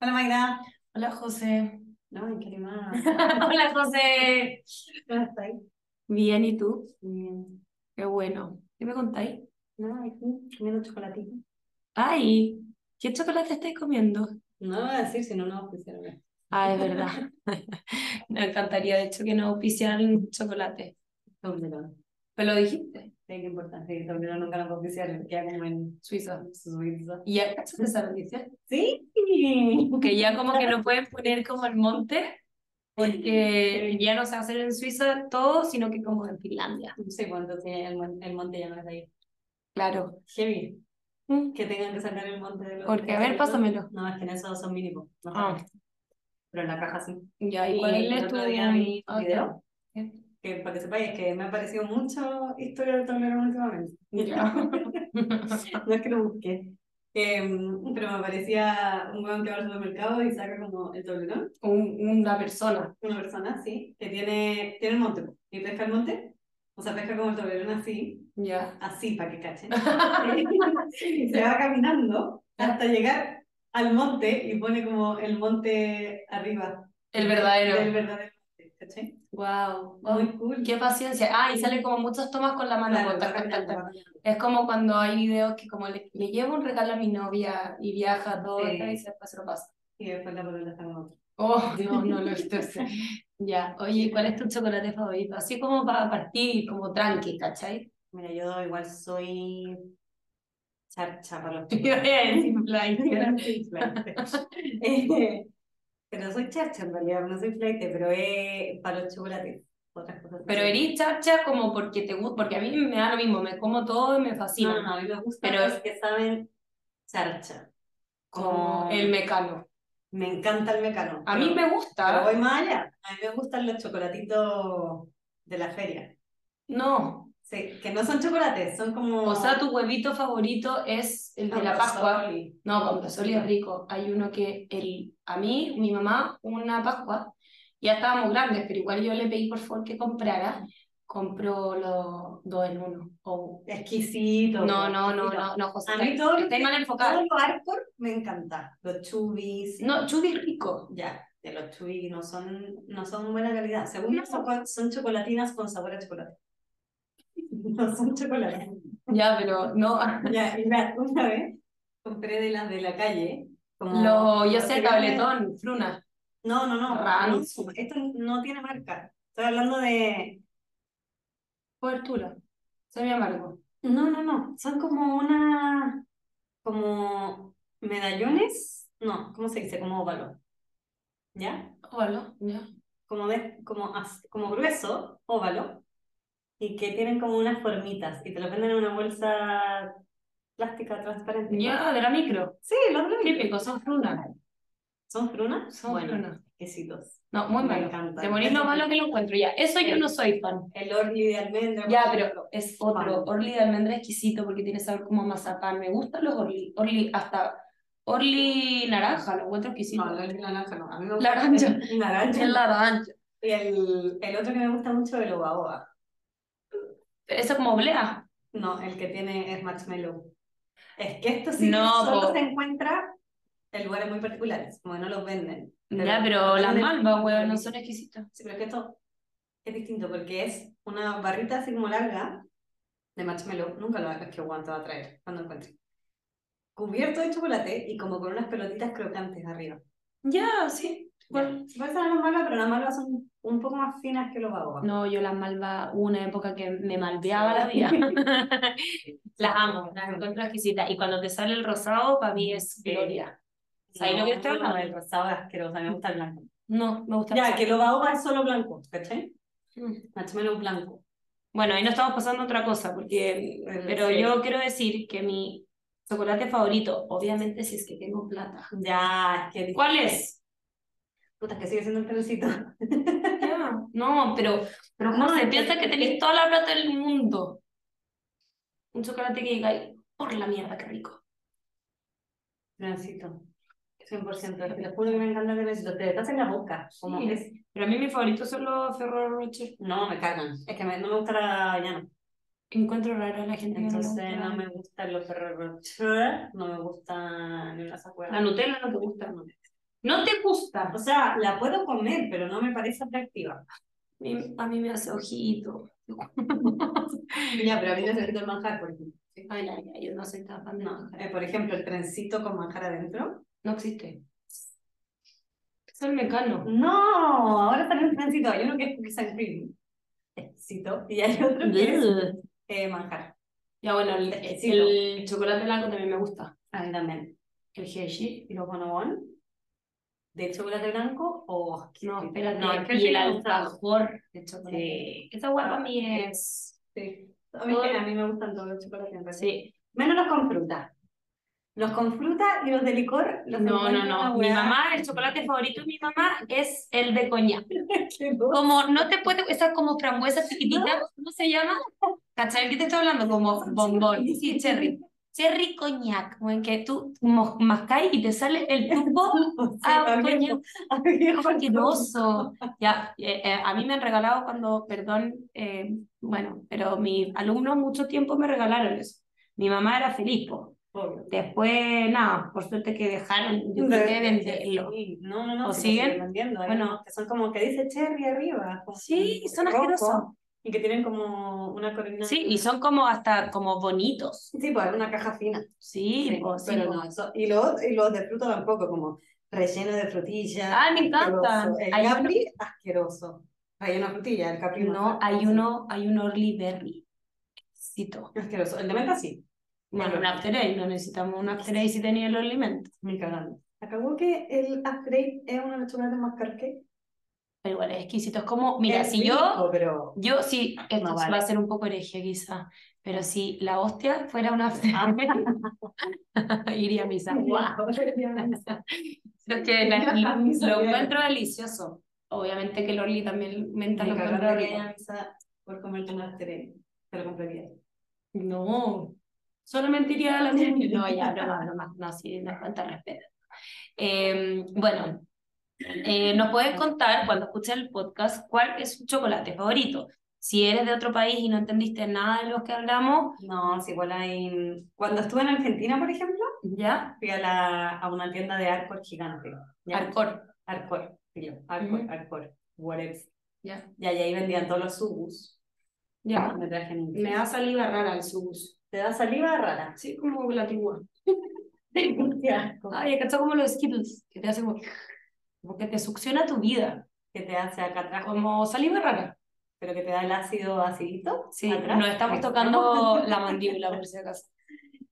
Hola Magda. Hola José. No, qué animada. Hola José. ¿Cómo estáis? Bien, ¿y tú? Bien. Qué bueno. ¿Qué me contáis? No, aquí comiendo chocolatito. Ay, ¿qué chocolate estáis comiendo? No lo voy a decir si no nos pusieron. Ah, es verdad. me encantaría, de hecho, que no auspiciaran chocolate. Tómelo. Pero lo dijiste. Sí, qué importante. Que tómelo nunca nos oficial. Queda como en Suiza. Suiza. ¿Y ya cachaste esa noticia? Sí. Que ya como que lo pueden poner como el monte, porque ya no se va a hacer en Suiza todo, sino que como en Finlandia. No sé cuánto tiene el, mon- el monte ya no es de ahí. Claro. Heavy. Mm. Que tengan que sacar el monte de los. Porque, a ver, pásamelo. No, es que en eso son mínimos. No Ah. saben. Pero en la caja sí. Ya, Y ¿y cuál el es tu otro día vi un Ah, video. ¿qué? Que para que sepáis, es que me ha parecido mucho historia del tornero últimamente. Ya. No es que lo busqué. Em, pero me parecía un weón que va al supermercado y saca como el tablerón, Un- una persona. una persona, sí, que tiene, tiene el monte, po, y pesca el monte, o sea, pesca como el tablerón así, Ya. así para que cachen, y se va caminando hasta llegar al monte y pone como el monte arriba. El verdadero. Del verdadero monte, ¿cachai? Wow. Muy cool. Qué paciencia. Ah, y sale como muchas tomas con la mano. Claro, como tac, va tac, tac, caminando, tac. va caminando. Es como cuando hay videos que como le, le llevo un regalo a mi novia y viaja todo Sí. y después se lo pasa. Y después la polola está como... Oh, Dios, no lo he visto ese. Ya. Oye, ¿cuál es tu chocolate favorito? Así como para partir, como tranqui, ¿cachai? Mira, yo igual soy charcha para los Yo voy a decir flight. Eh, pero soy charcha en realidad, no soy flight, pero es para los chocolates. Otras cosas. Pero eres chacha como porque te gusta, porque a mí me da lo mismo, me como todo y me No, no, fascina. no, a mí me gustan Pero- los que saben charcha. Como el mecano. Me encanta el mecano. A mí pero- me pero gusta. voy más allá. A mí me gustan los chocolatitos de la feria. No, Sí, que no son chocolates, son como. O sea, tu huevito favorito es el de la Pascua. Pascuali. No, con pasoli es rico. Hay uno que el, a mí, mi mamá, una Pascua, ya estábamos grandes, pero igual yo le pedí por favor que comprara. Compró los dos en uno. o- Exquisito. No, no, no, exquisito. no, no, José. A mí todo lo Estoy que- mal Todo enfocada. lo hardcore me encanta. Los chubis. No, Chubby es rico. Ya, de los chubis no son, no son buena calidad. Según yo, son, son chocolatinas con sabor a chocolate. No son chocolates. Ya, pero no. Ya, y mira, una vez compré de las de la calle. Como Lo, yo sé, que tabletón, fruna. No, no, no. Raro. no, Esto no tiene marca. Estoy hablando de. Cobertura. Se me amargo. No, no, no. Son como una. Como medallones. No, ¿cómo se dice? Como óvalo. ¿Ya? Óvalo, ya. como, de, como, as- como grueso, óvalo, y que tienen como unas formitas y te los venden en una bolsa plástica transparente. Ya, de la micro. Sí, los venden. Típico, son frunas. ¿Son frunas? Son bueno, frunas. exquisitos. No, muy Me malo. encantan. Te morís lo malo que lo encuentro. Ya, eso yo no soy fan. El orli de almendra. Ya, por ejemplo. pero es otro. Orly de almendra exquisito porque tiene sabor como a mazapán. Me gustan los Orly. Orly, hasta Orly naranja, lo encuentro exquisito. No, el orli de naranja no. A mí me gusta. Naranja. el naranja. El naranja. Y el, el otro que me gusta mucho es el oba oba. Pero eso es como oblea. No, el que tiene es marshmallow. Es que esto sí que No, solo po. se encuentra en lugares muy particulares, como que no los venden. ya, pero las venden- malvas, weón, no son exquisitas. Sí, pero es que esto es distinto porque es una barrita así como larga de marshmallow. Nunca lo es que aguanto a traer cuando encuentre. Cubierto de chocolate y como con unas pelotitas crocantes arriba. Ya, sí. Bueno, se parecen a las malvas, pero las malvas son un poco más finas que los babos. No, yo las malvas, hubo una época que me malveaba la vida. las amo, las encuentro exquisitas. Y cuando te sale el rosado, para mí es gloria. ¿Sabes lo que estoy hablando? El rosado es asqueroso, me gusta el blanco. No, me gusta. Ya, que los babos es solo blanco, ¿cachai? Mm. Marshmallow blanco. Bueno, ahí no estamos pasando a otra cosa, porque, Bueno, pero eh, sí. yo quiero decir que mi chocolate favorito, obviamente si es que tengo plata. Ya, es que. ¿Cuál es? Puta, es que sigue siendo el pelucito. Ya, No, pero, pero No, ¿cómo se es que- piensa que tenéis toda la plata del mundo? Un chocolate que digáis, por la mierda, qué rico. Trencito. 100%. Te lo juro que me encanta el trencito. Te estás en la boca. Como Sí. es... Pero a mí mi favorito son los Ferrero Rocher. No, me cagan. Es que me- no me gusta la llama. Encuentro raro a la gente que no le Entonces gusta. no me gustan los Ferrero Rocher. No me gusta ni una La sacuera. Nutella no te gusta. No te gusta. O sea, la puedo comer, pero no me parece atractiva. A mí- A mí me hace ojito. Ya, pero a mí no se el manjar, por ejemplo. Ay, la verdad, yo no soy tan fan de No, manjar. eh, por ejemplo, el trencito con manjar adentro. No existe. Es el mecano. No, ahora sale un trencito. Hay uno que es cookies and cream. Trencito. Y hay otro que es eh, manjar. Ya bueno, el, Exquisito. el chocolate blanco también me gusta. A mí también. El Hershey. ¿Y los bonobón? ¿De chocolate blanco o No, espérate. No, el y Hershey el me gusta. alfajor Ah, de chocolate. Sí. Esa guapa a mí es... Sí. A mí, a mí me gustan todos los chocolates en realidad. Sí. Menos los con fruta. Los con fruta y los de licor los No, no, encuentro una no. Mi weá. mamá, el chocolate favorito de mi mamá es el de coñac. Qué bo- Como no te puede, esas como frambuesas chiquititas, ¿cómo se llama? ¿Cachai? ¿Qué te estoy hablando? Como bombón, sí, cherry. Cherry coñac, como en que tú mo- mascáis y te sale el turbo Sí, a a un viejo- coñac. a viejo. Asqueroso. Ya, eh, eh, a mí me han regalado cuando, perdón, eh, bueno, pero mis alumnos mucho tiempo me regalaron eso. Mi mamá era feliz, po. Obvio. Después, nada, por suerte que dejaron, yo creo que venderlo. Sí, No, no, no. ¿O sí, siguen? lo vendiendo. Hay Bueno. unos que son como que dice cherry arriba. como Sí, son rojo, asquerosos. Y que tienen como una corona. Sí, y son como hasta como bonitos. Sí, pues una caja fina. Sí, Sí, po, sí, pero po. no, eso- y los, y los de fruta tampoco, como relleno de frutilla. Ay, Ah, me encantan. asqueroso. El Hay uno, capri, asqueroso. Relleno de frutilla, el capri no, manjar, hay sí. uno, hay un Orly Berry. Exquisito. Asqueroso. El de menta sí, Bueno, un After Eight, no necesitamos un After Eight si tenía el Orly Menta. ni cagando. Acabó que el upgrade es uno de los chocolates más caros que hay. Pero igual es exquisito. Es como, mira, Es si yo rico, Pero... Yo sí, esto No vale. va a ser un poco herejía quizá, pero si la hostia fuera una fe, iría a misa. Ah. ¡Guau! Es que la- Iría a misa, lo bien. encuentro delicioso. Obviamente que el Orly también menta Ni lo cagando encuentro iría rico. a misa por comerte un upgrade. Te lo compraría. No, solamente iría a la No, ya, broma, broma. No, sí, no cuenta respeto. Eh, bueno, eh, nos puedes contar cuando escuches el podcast cuál es tu chocolate favorito. Si eres de otro país y no entendiste nada de lo que hablamos, No, si igual hay... Cuando estuve en Argentina, por ejemplo, ya. fui a, la, a una tienda de Arcor gigante. ¿ya? Arcor. Arcor, yo, Arcor, Ujú. Arcor, whatever. Ya. Y ahí vendían todos los subus. Ya. Me traje un- Me da saliva rara el subus. Te da saliva rara. Sí, como la tigua. Qué asco. Ay, acá está como los Skittles, que te hace como... como que te succiona tu vida. Que te hace acá atrás, Como saliva rara. pero que te da el ácido acidito. Sí, atrás. nos estamos tocando la mandíbula, por si acaso.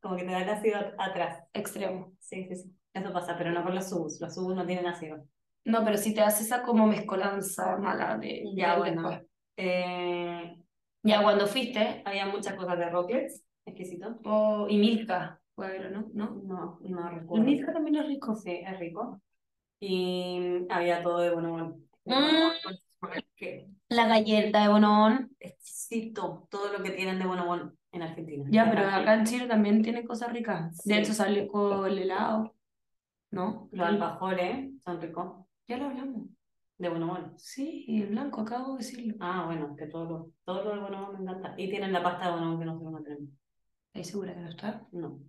Como que te da el ácido at- atrás. Extremo. Sí, sí, sí. Eso pasa, pero no con los subus. Los subus no tienen ácido. No, pero si te hace esa como mezcolanza mala de... Ya, del bueno. después. Eh, Ya, cuando fuiste... había muchas cosas de Rocklets, exquisito. o y Milka. Puede haber, ¿no? ¿No? No, no recuerdo. El Milka también es rico. Sí, es rico. Y había todo de bonobón. Mm. Que- La galleta de Bonobón. exquisito todo lo que tienen de bonobón en Argentina. Ya, pero Es acá en Chile también tiene cosas ricas. Sí. De hecho, sale con el helado, ¿no? Los alfajores son ricos Ya lo hablamos. de bonobón. Sí, y el blanco, acabo de decirlo. Ah, bueno, que todo lo, todo lo de bonobón me encanta. Y tienen la pasta de bonobón que nosotros no tenemos. ¿Estás segura que no está? No.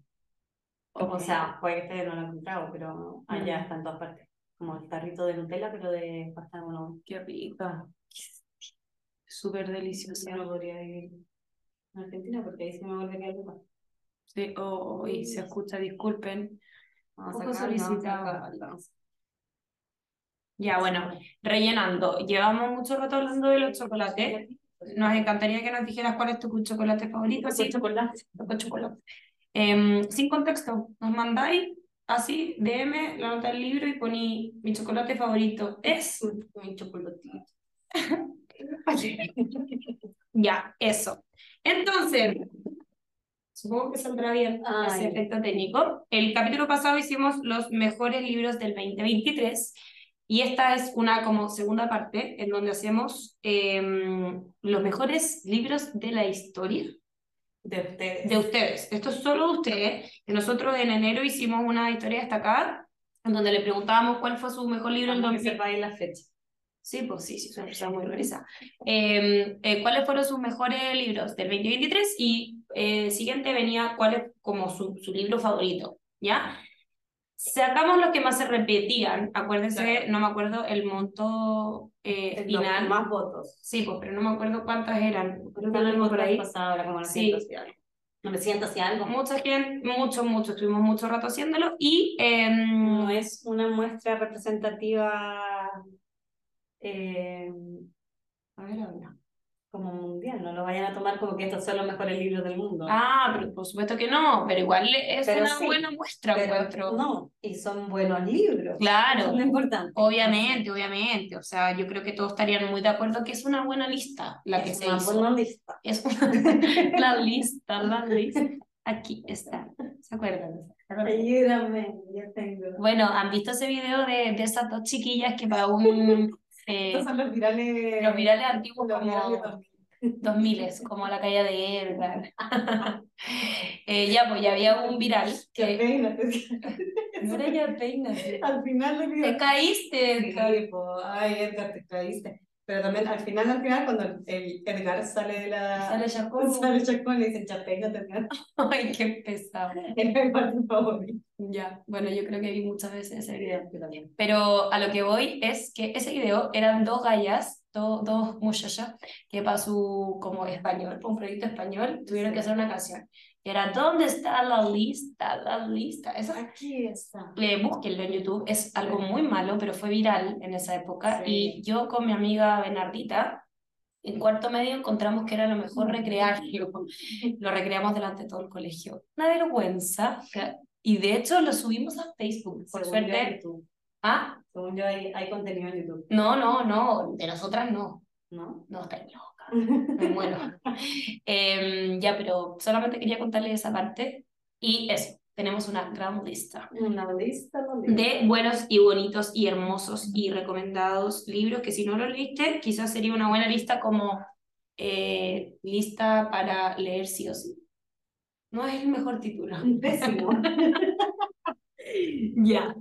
O, o Ok. sea, puede que ustedes no la han comprado, pero allá Mm. está en todas partes. Como el tarrito de Nutella, pero de pasta de bonobón. Qué rica. Súper deliciosa. Yo no podría vivir en Argentina porque ahí se me volvería loca. Sí, oh, oh, y se escucha, disculpen. Vamos Poco sacarlo, vamos a solicitado. sacarlo. Ya, Ah, bueno, rellenando. Llevamos mucho rato hablando de los chocolates. Nos encantaría que nos dijeras cuál es tu chocolate favorito. Con así, chocolate. con chocolate. Em, sin contexto, nos mandáis así, DM, la nota del libro y poní mi chocolate favorito es. Mi chocolatito. Ya, eso. Entonces, supongo que saldrá bien Ay. ese efecto técnico. El capítulo pasado hicimos los mejores libros del 2023 y esta es una como segunda parte en donde hacemos em, los mejores libros de la historia De ustedes. de ustedes. Esto es solo de ustedes. que Nosotros en enero hicimos una historia destacada en donde le preguntábamos cuál fue su mejor libro en Vamos a 2023. observar ahí la fecha. Sí, pues sí, sí, es una persona muy organizada. Eh, eh, ¿cuáles fueron sus mejores libros del 2023? Y eh, siguiente venía cuál es como su, su libro favorito, ¿ya? Sacamos los que más se repetían. Acuérdense, no me acuerdo el monto eh, Los final. más votos. Sí, pues, pero no me acuerdo cuántas eran. Creo Algo el por podcast ahí. pasado era como Sí. 900 y algo. 900 y algo. Mucha gente, mucho, mucho, estuvimos mucho rato haciéndolo y em, No Mm, es una muestra representativa eh, a ver, habla. como mundial, no lo vayan a tomar como que estos son los mejores libros del mundo. Ah, pero por supuesto que no, pero igual es Pero una sí, buena muestra, Pero encuentro. no, y son buenos libros. Eso Claro, es lo importante. obviamente, obviamente. O sea, yo creo que todos estarían muy de acuerdo que es una buena lista la que Es se una hizo. buena lista. Es una- la lista, la lista. Aquí está. ¿Se acuerdan? ¿Se acuerdan? Ayúdame, yo tengo. Bueno, ¿han visto ese video de, de esas dos chiquillas que para un... eh, Estos son los virales. los virales antiguos los virales como también. 2000, como la calle de Edgar. Eh, ya, pues ya había un viral. Que Que, apenas- Mira, ya peínate. Al final del video. Te caíste, Sí, Edgar. po, ay, Edgar, te caíste. Pero también al final, al final, cuando el Edgar sale de la. Sale Jacobo. Sale Chacón y dice, ya peínate, Edgar. Ay, qué pesado. Es mi parte favorita. Ya, bueno, yo creo que vi muchas veces ese video. Yo también. Pero a lo que voy es que ese video eran dos gallas, do- dos muchachas, que para su como español, para un proyecto español, tuvieron Sí. que hacer una canción. Y era, ¿dónde está la lista? La lista. Eso Aquí está. eh, búsquenlo en YouTube, es algo muy malo, pero fue viral en esa época. Sí. Y yo con mi amiga Bernardita, en cuarto medio encontramos que era lo mejor recrearlo. Lo recreamos delante de todo el colegio. Una vergüenza. Y de hecho lo subimos a Facebook, por Según yo, suerte. YouTube. Ah, Según yo, hay, hay contenido en YouTube, no, no, no, de nosotras no. ¿no? No, estáis loca, me muero. Em, ya, pero solamente quería contarles esa parte. Y eso, tenemos una gran lista. Una lista donde. de buenos y bonitos y hermosos y recomendados libros que si no los leíste, quizás sería una buena lista como eh, lista para leer sí o sí. No es el mejor título. Un décimo. Ya.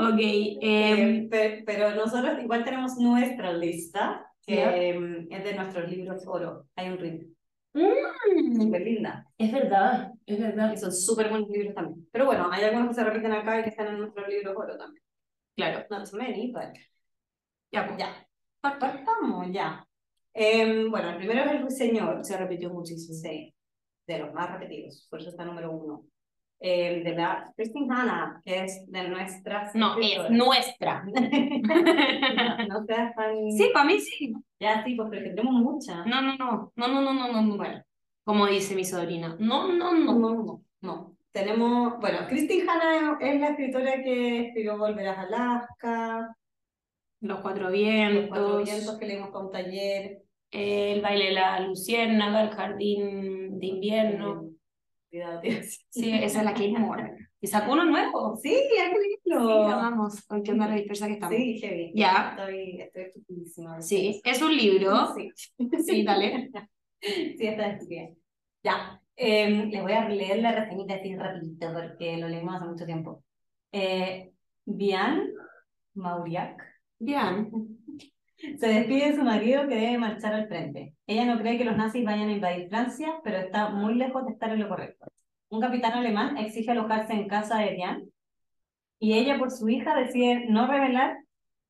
Ok. em, Eh, pe- pero nosotros igual tenemos nuestra lista, que Ya. em, es de nuestros libros oro. Hay un ritmo mm, de linda. es verdad, es Y verdad. son súper buenos libros también. Pero bueno, hay algunos que se repiten acá y que están en nuestros libros oro también. Claro. Not so many, but Ya, pues, ya. Partamos ya. Em, bueno, el primero es el ruiseñor, se repitió muchísimo. Sí, de los más repetidos, por eso está número uno. Em, de la Christine Hanna, que es de nuestras. No, es escritoras. nuestra. No, no seas tan. sí, para mí sí. Ya, sí, pues porque tenemos muchas. No, no, no, no, no, no, no, no, no. Bueno, como dice mi sobrina. No, no, No, no. no, no, no. Tenemos, bueno, Christine Hanna es la escritora que escribió Volverás a Alaska, Los cuatro Los vientos. Cuatro Vientos que leímos para un taller. El baile de la luciérnaga, el jardín de invierno. Eh, Cuidado, tío. Sí, esa es la Kate Moore. Y sacó uno nuevo. Oh. Sí, hay que Sí, leerlo. la vamos. Ay, qué onda la dispersa que estamos. Sí, heavy. Ya. Estoy, estoy estupidísima. Sí, es un libro. Sí, Sí, dale. sí, está estupida. Ya. Eh, les voy a leer la reseñita así rapidito porque lo leímos hace mucho tiempo. Eh, Bian Mauriac Bien. se despide de su marido que debe marchar al frente. Ella no cree que los nazis vayan a invadir Francia, pero está muy lejos de estar en lo correcto. Un capitán alemán exige alojarse en casa de Diane y ella por su hija decide no revelar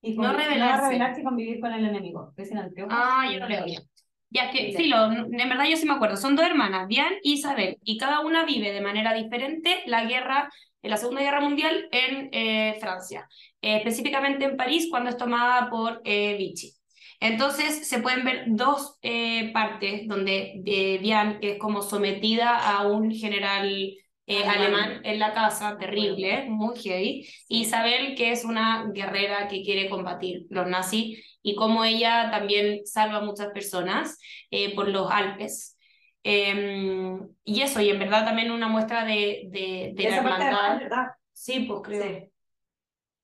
y No convi- revelarse. revelarse y convivir con el enemigo. Estoy sin anteojos. Ah, yo no leo bien. Ya que, sí, lo, en verdad yo sí me acuerdo. Son dos hermanas, Diane y Isabel, y cada una vive de manera diferente la guerra, la Segunda Guerra Mundial en eh, Francia, eh, específicamente en París, cuando es tomada por eh, Vichy. Entonces se pueden ver dos eh, partes donde eh, Diane, que es como sometida a un general eh, Alemán. alemán en la casa, terrible, muy heavy, y Isabel, que es una guerrera que quiere combatir los nazis, y cómo ella también salva a muchas personas eh, por los Alpes. Eh, y eso, y en verdad también una muestra de, de, de la Esa parte además hermandad. es verdad. Sí, pues creo.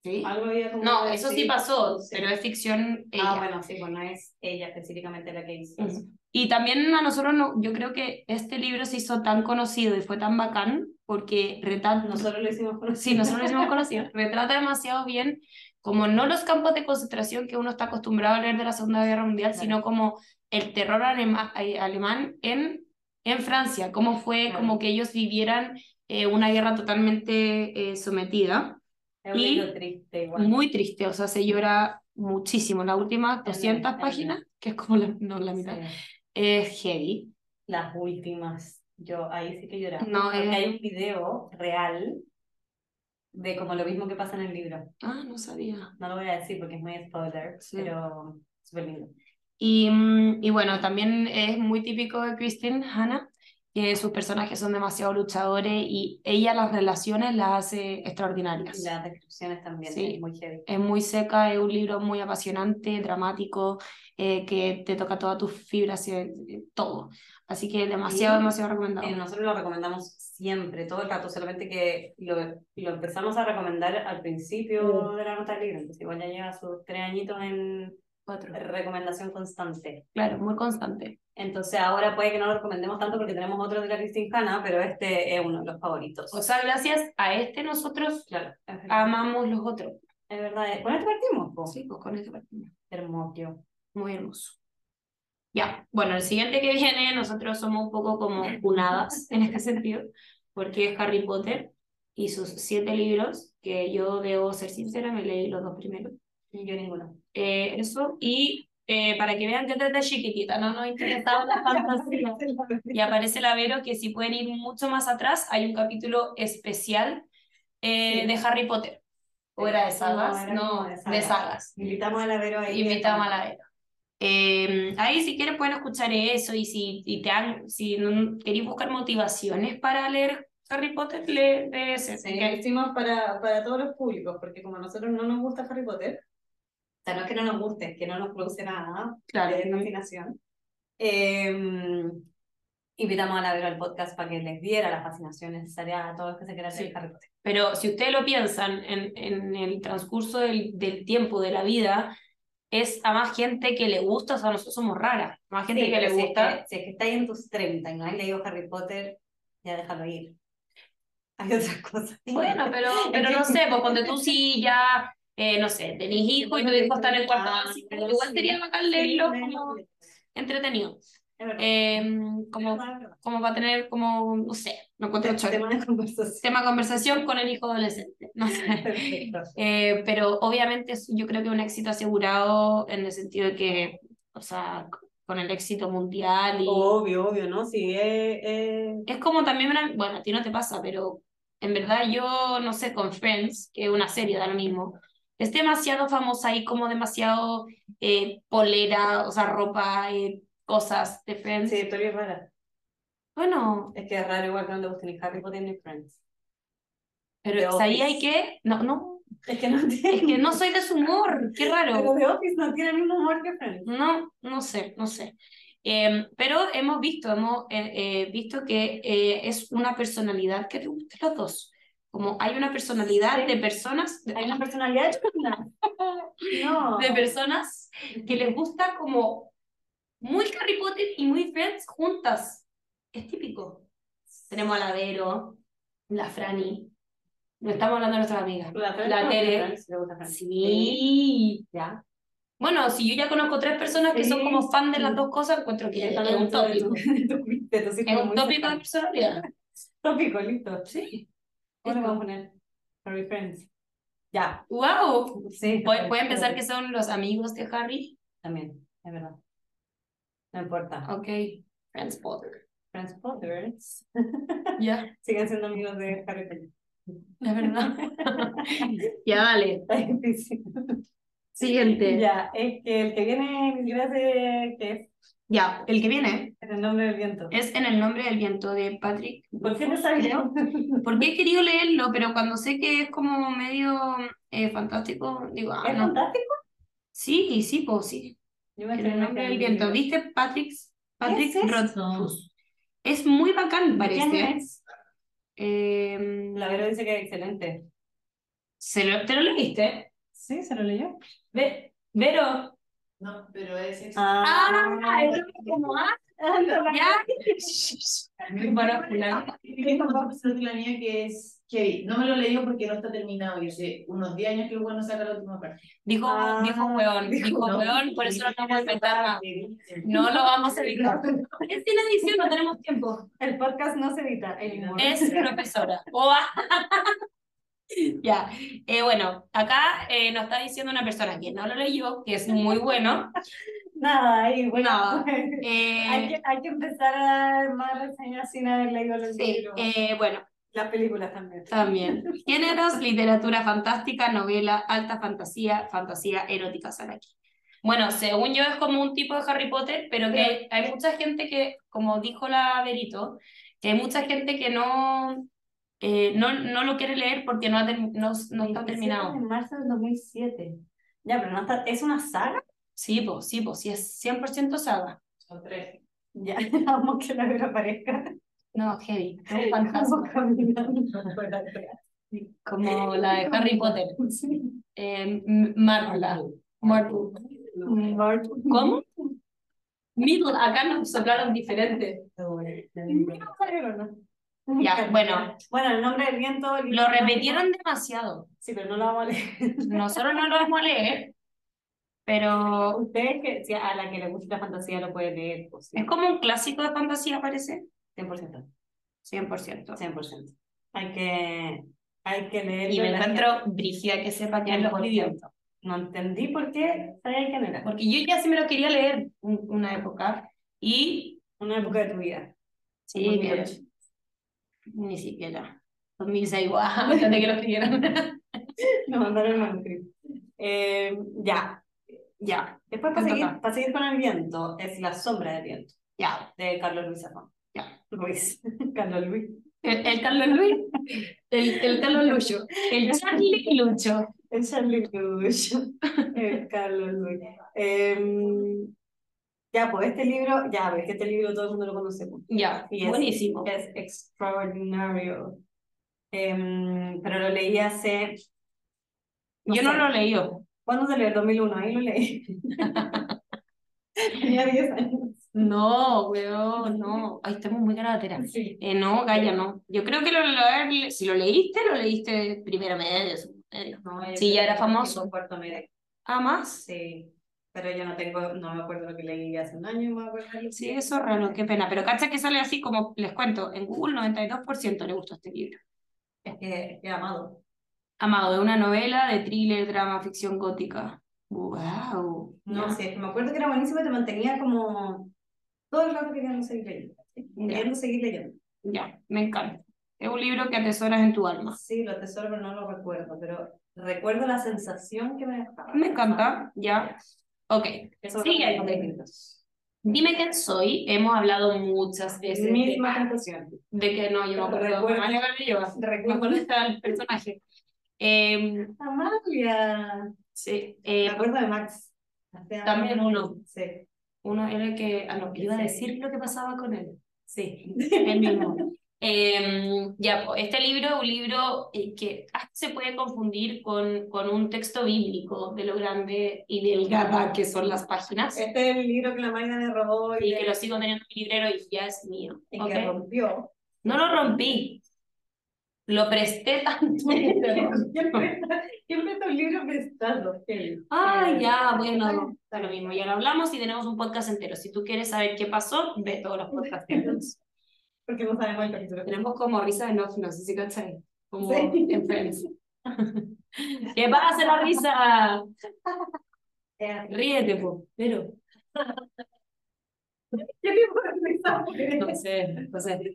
Sí. Algo había como No, de- eso sí pasó, sí. pero es ficción ella. Ah, bueno, sí, pues no es ella específicamente la que hizo. eso. Ujú. Y también a nosotros, no, yo creo que este libro se hizo tan conocido y fue tan bacán porque retrata, Nosotros lo hicimos con Sí, nosotros lo hicimos conocido. Retrata demasiado bien, como no los campos de concentración que uno está acostumbrado a leer de la Segunda Guerra Mundial, Claro. sino como el terror alema- eh, alemán en en Francia, cómo fue Claro. como que ellos vivieran eh, una guerra totalmente eh, sometida. Es un Y- libro triste igual. Muy triste, o sea, se llora muchísimo. Las últimas 200 Terrible. páginas, que es como la, no, la mitad, Sí. es heavy. Las últimas. Yo ahí sí que lloraba. No, eh. Porque es- hay un video real de como lo mismo que pasa en el libro. Ah, no sabía. No lo voy a decir porque es muy spoiler, Sí. pero súper lindo. Y, mm, y bueno, también es muy típico de Kristen Hannah, que sus personajes son demasiado luchadores y ella las relaciones las hace extraordinarias. Y las descripciones también, Sí. es muy heavy. Es muy seca, es un libro muy apasionante, dramático, eh, que te toca todas tus fibras, eh, todo. Así que demasiado, Y- demasiado recomendado. Eh, nosotros lo recomendamos siempre, todo el rato, solamente que lo, lo empezamos a recomendar al principio Mm. de la nota del libro, entonces igual ya lleva sus tres añitos en Cuatro. recomendación constante. Claro, muy constante. Entonces ahora puede que no lo recomendemos tanto porque tenemos otro de la Cristina Hanna, pero este es uno de los favoritos. O sea, gracias a este nosotros claro, es verdad. amamos los otros. es verdad. eh, Con este partimos, po. Sí, pues con este partido. Hermoso. Muy hermoso. Ya, bueno, el siguiente que viene, nosotros somos un poco como unadas en este sentido, porque es Harry Potter y sus siete libros, que yo debo ser sincera, me leí los dos primeros. Y yo ninguno. Eh, eso, y eh, para que vean que desde chiquitita no nos interesaba la pues, fantasía. Y aparece la Vero, que si pueden ir mucho más atrás, hay un capítulo especial eh, Sí. de Harry Potter. ¿O era No, de sagas? era No, como de de sagas. sagas. Invitamos a la Vero ahí. que- Invitamos a la Vero. Eh, ahí si quieres pueden escuchar eso y si, y te han, si no- queréis buscar motivaciones para leer Harry Potter, lee de ese. Sí, porque- lo hicimos para, para todos los públicos, porque como a nosotros no nos gusta Harry Potter, o sea, no es que no nos guste, es que no nos produce nada claro, de fascinación. eh, invitamos a la Vero al podcast para que les diera la fascinación necesaria a todos los que se quieran Sí. leer Harry Potter. Pero si ustedes lo piensan en, en el transcurso del, del tiempo, de la vida, es a más gente que le gusta, o sea, nosotros somos raras, más gente Sí, eh, que le pero si es gusta. que- si es que estáis en tus 30 y no has leído Harry Potter, ya déjalo ir. Hay otras cosas. Bueno, pero, pero no sé, pues ponte tú si ya, eh, no sé, tenés hijos y tu hijo está en el cuarto Ah, básico, igual sí. sería bacán Sí, leerlo bueno, como entretenido. es verdad. Eh, como Es verdad. como para tener como, no sé, no encuentro choro. Tema de conversación. Tema conversación con el hijo adolescente, no sé. Perfecto. Eh, pero obviamente es- yo creo que un éxito asegurado en el sentido de que, o sea, c- con el éxito mundial y... Obvio, obvio, ¿no? Sí, eh, eh, Es como también una... Bueno, a ti no te pasa, pero en verdad yo, no sé, con Friends, que es una serie, da lo mismo, es demasiado famosa y como demasiado eh, polera, o sea, ropa, eh, cosas de Friends. sí, tú eres rara. Bueno, Es que es raro igual que no te guste ni Harry Potter ni Friends. The pero ahí hay Office. que... No, no, Es que no Es tienen. que no soy de su humor, qué Pero raro. The Office no tiene el mismo humor que Friends. No, no sé, no sé. Eh, pero hemos visto, hemos eh, eh, visto que eh, es una personalidad que te gusta los dos. Como hay una personalidad Sí. de personas, de, Hay una personalidad chula. No. de personas que les gusta como muy Harry Potter y muy Friends juntas. Es típico. Tenemos a la Vero, la Franny. No estamos hablando de nuestras amigas. La, Friends La no, Tere. Friends le gusta Friends. Sí. Ya. Bueno, si yo ya conozco tres personas que son Sí. como fan de las dos cosas, encuentro que es un tópico. De tu- de tus hijos Es un muy tópico de cercanos. personalidad. Tópico, listo. Sí. ¿Cómo le vamos a poner? Harry Friends. Ya. ¡Wow! Sí. Pueden pensar que son los amigos de Harry. También, es verdad. No importa. Ok. Friends Potter. Friends Potters. Ya, Siguen siendo amigos de Harry Potter. es verdad. ya, dale. Está difícil. Siguiente. Ya. Ya, es que el que viene en inglés eh, que es el que viene en el nombre del viento. es En el nombre del viento de Patrick. ¿Por qué no Creo. sabía? Porque he querido leerlo, pero cuando sé que es como medio eh, fantástico, digo, ah, ¿Es no. fantástico? Sí, sí, pues sí. Yo me En el nombre del viento. ¿Viste Patrick, Patrick ¿Qué es Rothfuss? Es muy bacán, parece. Eh, La Vero dice que es excelente. ¿se lo- ¿Te lo leíste? Sí, se lo leyó. Ve- Vero. No, pero es ex- Ah, es como, ah, Ah, no, ya. Shh, shh, shh. Bueno, fulano. que tampoco es de la mía que es Kevin. No me lo he leído porque no está terminado. Yo sé, unos 10 años que bueno sacar la última parte. Dijo, Ah, dijo weón, dijo, dijo no. weón, por eso no vamos a inventar nada. Kevin. No lo vamos a evitar. Es sin edición, no tenemos tiempo. El podcast no se edita, el humor. Es profesora. Oa. Ya, Eh, bueno, acá eh, nos está diciendo una persona que no lo leyó, que es muy bueno. Nada, ahí, bueno. Nada. Hay Eh, que, hay que empezar a armar reseñas sin haber leído los sí, libros. eh, bueno, Las películas también. también. Géneros, literatura fantástica, novela, alta fantasía, fantasía erótica, sale aquí. Bueno, según yo es como un tipo de Harry Potter, pero que hay, hay mucha gente que, como dijo la Verito, que hay mucha gente que no, eh, no, no lo quiere leer porque no, ha term- no, no está 27 terminado. de marzo del 2007. Ya, pero no está, ¿es una saga? Sí, pues, sí, pues, sí es 100% saga. Son tres. Ya, vamos que la veo aparezca. No, heavy, es un Vamos fantasma, caminando. como la de Harry Potter. Sí. Eh, M- Marla. Marla. ¿Cómo? Middle, acá nos soplaron diferente. No salieron, ¿no? Ya, bueno. Bueno, el nombre del viento. el- Lo repitieron demasiado. Sí, pero no lo vamos a leer. Nosotros no lo vamos a leer, pero Ustedes, que, si a la que le gusta la fantasía, lo pueden leer. Pues, sí. es como un clásico de fantasía, parece. 100%. 100%. 100%. Hay que, hay que leer. Y me encuentro brígida que sepa que lo escribió. No entendí por qué sabía quién era. Porque yo ya sí me lo quería leer un- una época y... Una época de tu vida. Sí, pero ni siquiera. 2006, guau, antes de que lo escribieran. Nos mandaron el manuscrito. Eh, ya. Ya, Después, para Me seguir, toca. para seguir con el viento, es La sombra del viento, ya. de Carlos Luis Zafón. Ya. Luis. Carlos Luis. El, el Carlos Luis, el, el Carlos Lucho, el Charlie y Lucho. El Charlie Lucho. El Carlos Luis. Eh, ya, pues este libro, ya, pues que este libro todo el mundo lo conoce. pues. Ya, Y es- buenísimo. Es extraordinario. Em, pero lo leí hace. Yo no sé. lo leí. yo. ¿Cuándo salió? El 2001, ahí lo leí. Tenía 10 años. No, weón, no. Ay, estamos muy garabateras. Sí. Eh, no, Gaya, no. Yo creo que lo, lo- si lo leíste, lo leíste primero medio, segundo medio. Sí, ya era famoso. En Puerto Medio. Ah, más. Sí. Pero yo no tengo, no me acuerdo lo que leí hace un año, me acuerdo. Sí, eso es raro, qué pena. Pero cacha que sale así, como les cuento, en Google 92% le gustó este libro. Es que, es Eh, que amado. Amado, de una novela de thriller, drama, ficción gótica. Wow. No sé, me acuerdo que era buenísimo y te mantenía como todo el rato queriendo seguir leyendo. ¿sí? Ya. Queriendo seguir leyendo. Ya, me encanta. Es un libro que atesoras en tu alma. Sí, lo atesoro, pero no lo recuerdo, pero recuerdo la sensación que me dejaba. Me encanta, ya. Ok, Eso Siguiente. dime quién soy. Hemos hablado muchas Es veces de, misma sensación. de que no, yo me acuerdo. Recuerdo. Amalia Galeoa. Me Recuerdo. acuerdo hasta el personaje. Eh, Amalia. sí, Me eh, acuerdo de Max. Hace años. también uno. Sí. Uno era el que a lo que iba a decir lo que pasaba con él. Sí, el mismo. Eh, ya, pues, este libro es un libro eh, que ah, se puede confundir con, con un texto bíblico de lo grande y delgada que son las páginas. Este es el libro que la Magda me robó y, Y que lo sigo teniendo en mi librero y ya es mío. y ¿ok? que rompió. No lo rompí. Lo presté tanto. ¿Quién presta- quién presta un libro prestado? ¿Quién? Ah, ya, bueno. Está Está lo mismo, ya lo hablamos y tenemos un podcast entero. Si tú quieres saber qué pasó, ve todos los podcasts que tenemos. Porque no sabemos el capítulo. Tenemos como risa de no sé si cachai. Como Sí. en Friends. ¿Qué pasa la risa? Eh, Ríete, po. Pero, ¿Qué tipo de risa fue? no sé, no sé.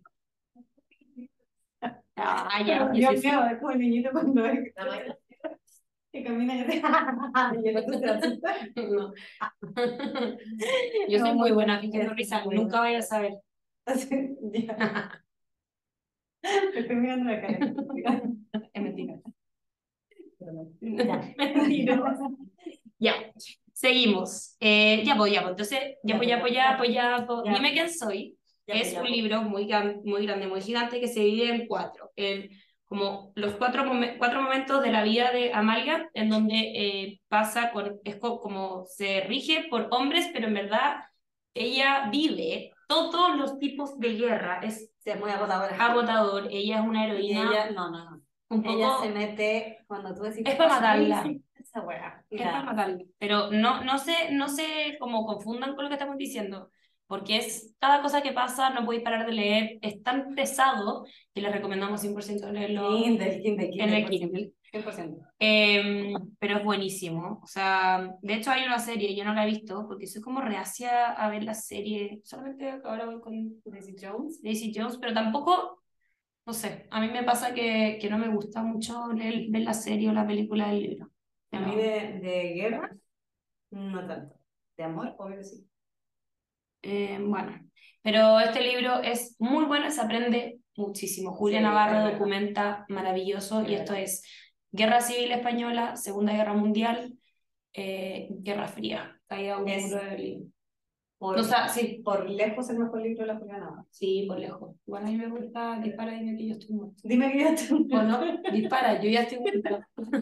Ah, ya. Dios sí, Ah, sí. mío, es como el niñito cuando La Magda. que camina y dice, y el otro se asusta. No. Yo soy No, muy no, buena no, fingiendo es risa, buena. nunca vayas a saber. Así, ya. Me estoy mirando la cara. Es mentira. Perdón. Mentira. Ya, seguimos. Eh, ya voy, ya voy. Entonces, ya voy, ya voy, ya voy, ya voy. Ya. Dime quién soy. Ya, es ya, un ya. libro muy, gran- muy grande, muy gigante, que se divide en cuatro. En, como los cuatro, momen- cuatro momentos de la vida de Amalia, en donde eh, pasa con, es co- como se rige por hombres, pero en verdad ella vive todos los tipos de guerra. Es Sí, es muy agotadora. agotador, ella es una Y heroína ella, no, no, no. Ah, un poco... Ella se mete cuando tú decís. Es para matarla. "Sí, sí, Esa weá. Y Es la- para matarlo. Pero no, no se, no se como confundan con lo que estamos diciendo, porque es cada cosa que pasa, no podéis parar de leer, es tan pesado que les recomendamos 100% leerlo Kindle, Kindle, en Kindle, el por cien- Kindle. 100%. Eh, pero es buenísimo. O sea, de hecho hay una serie, yo no la he visto, porque soy como reacia a ver la serie, solamente ahora voy con Daisy Jones. Daisy Jones, pero tampoco, no sé, a mí me pasa que, que no me gusta mucho leer, ver la serie o la película del libro. A mí de, de guerra, no tanto. De amor, obvio que sí. Eh, bueno, pero este libro es muy bueno, se aprende muchísimo. Julia Sí, es Navarro verdad. documenta maravilloso y Es esto es Guerra Civil Española, Segunda Guerra Mundial, eh, Guerra Fría, caída de un Es- muro de Berlín. Por, O sea, sí, por lejos el mejor libro de la Juliana. Navarro. sí, por lejos. Igual a mí me gusta Dispara, dime que yo estoy muerto. Dime que yo O no, dispara, yo ya estoy muerto.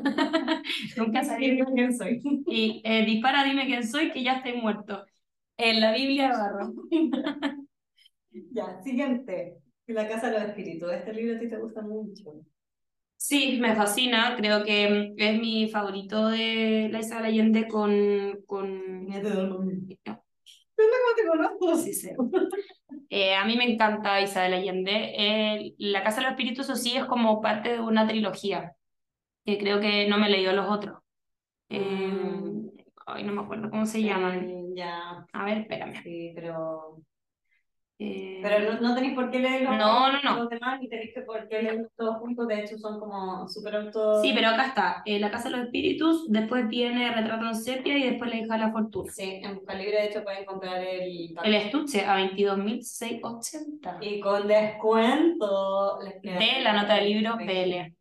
Nunca sabía. quién soy. Y eh, dispara, dime quién soy, que ya estoy muerto. En la Biblia Navarro. Ya, siguiente. La Casa de los Espíritus. Este libro a ti te gusta mucho. Sí, me fascina, creo que mm, es mi favorito de la Isabel Allende con, con... Niña, te duermo. no, ¿Cómo te conozco? sí sé. Eh, a mí me encanta Isabel Allende. Eh, La Casa de los Espíritus, eso sí, es como parte de una trilogía, que creo que no me leído los otros. Eh, Mm. ay, no me acuerdo cómo se llaman. Eh, Ya, A ver, espérame. sí, pero... Eh, Pero no, no tenéis por qué leerlo No, no, no. los demás ni tenéis que por qué leerlos todos juntos. De hecho, son como súper auto... Sí, pero acá está. eh, La Casa de los Espíritus, después viene Retrato en Sepia y después La hija de la fortuna. Sí, en Busca Libre, de hecho, pueden comprar el... pack. El estuche a 22.680. Y con descuento les queda- de la nota de libro PL.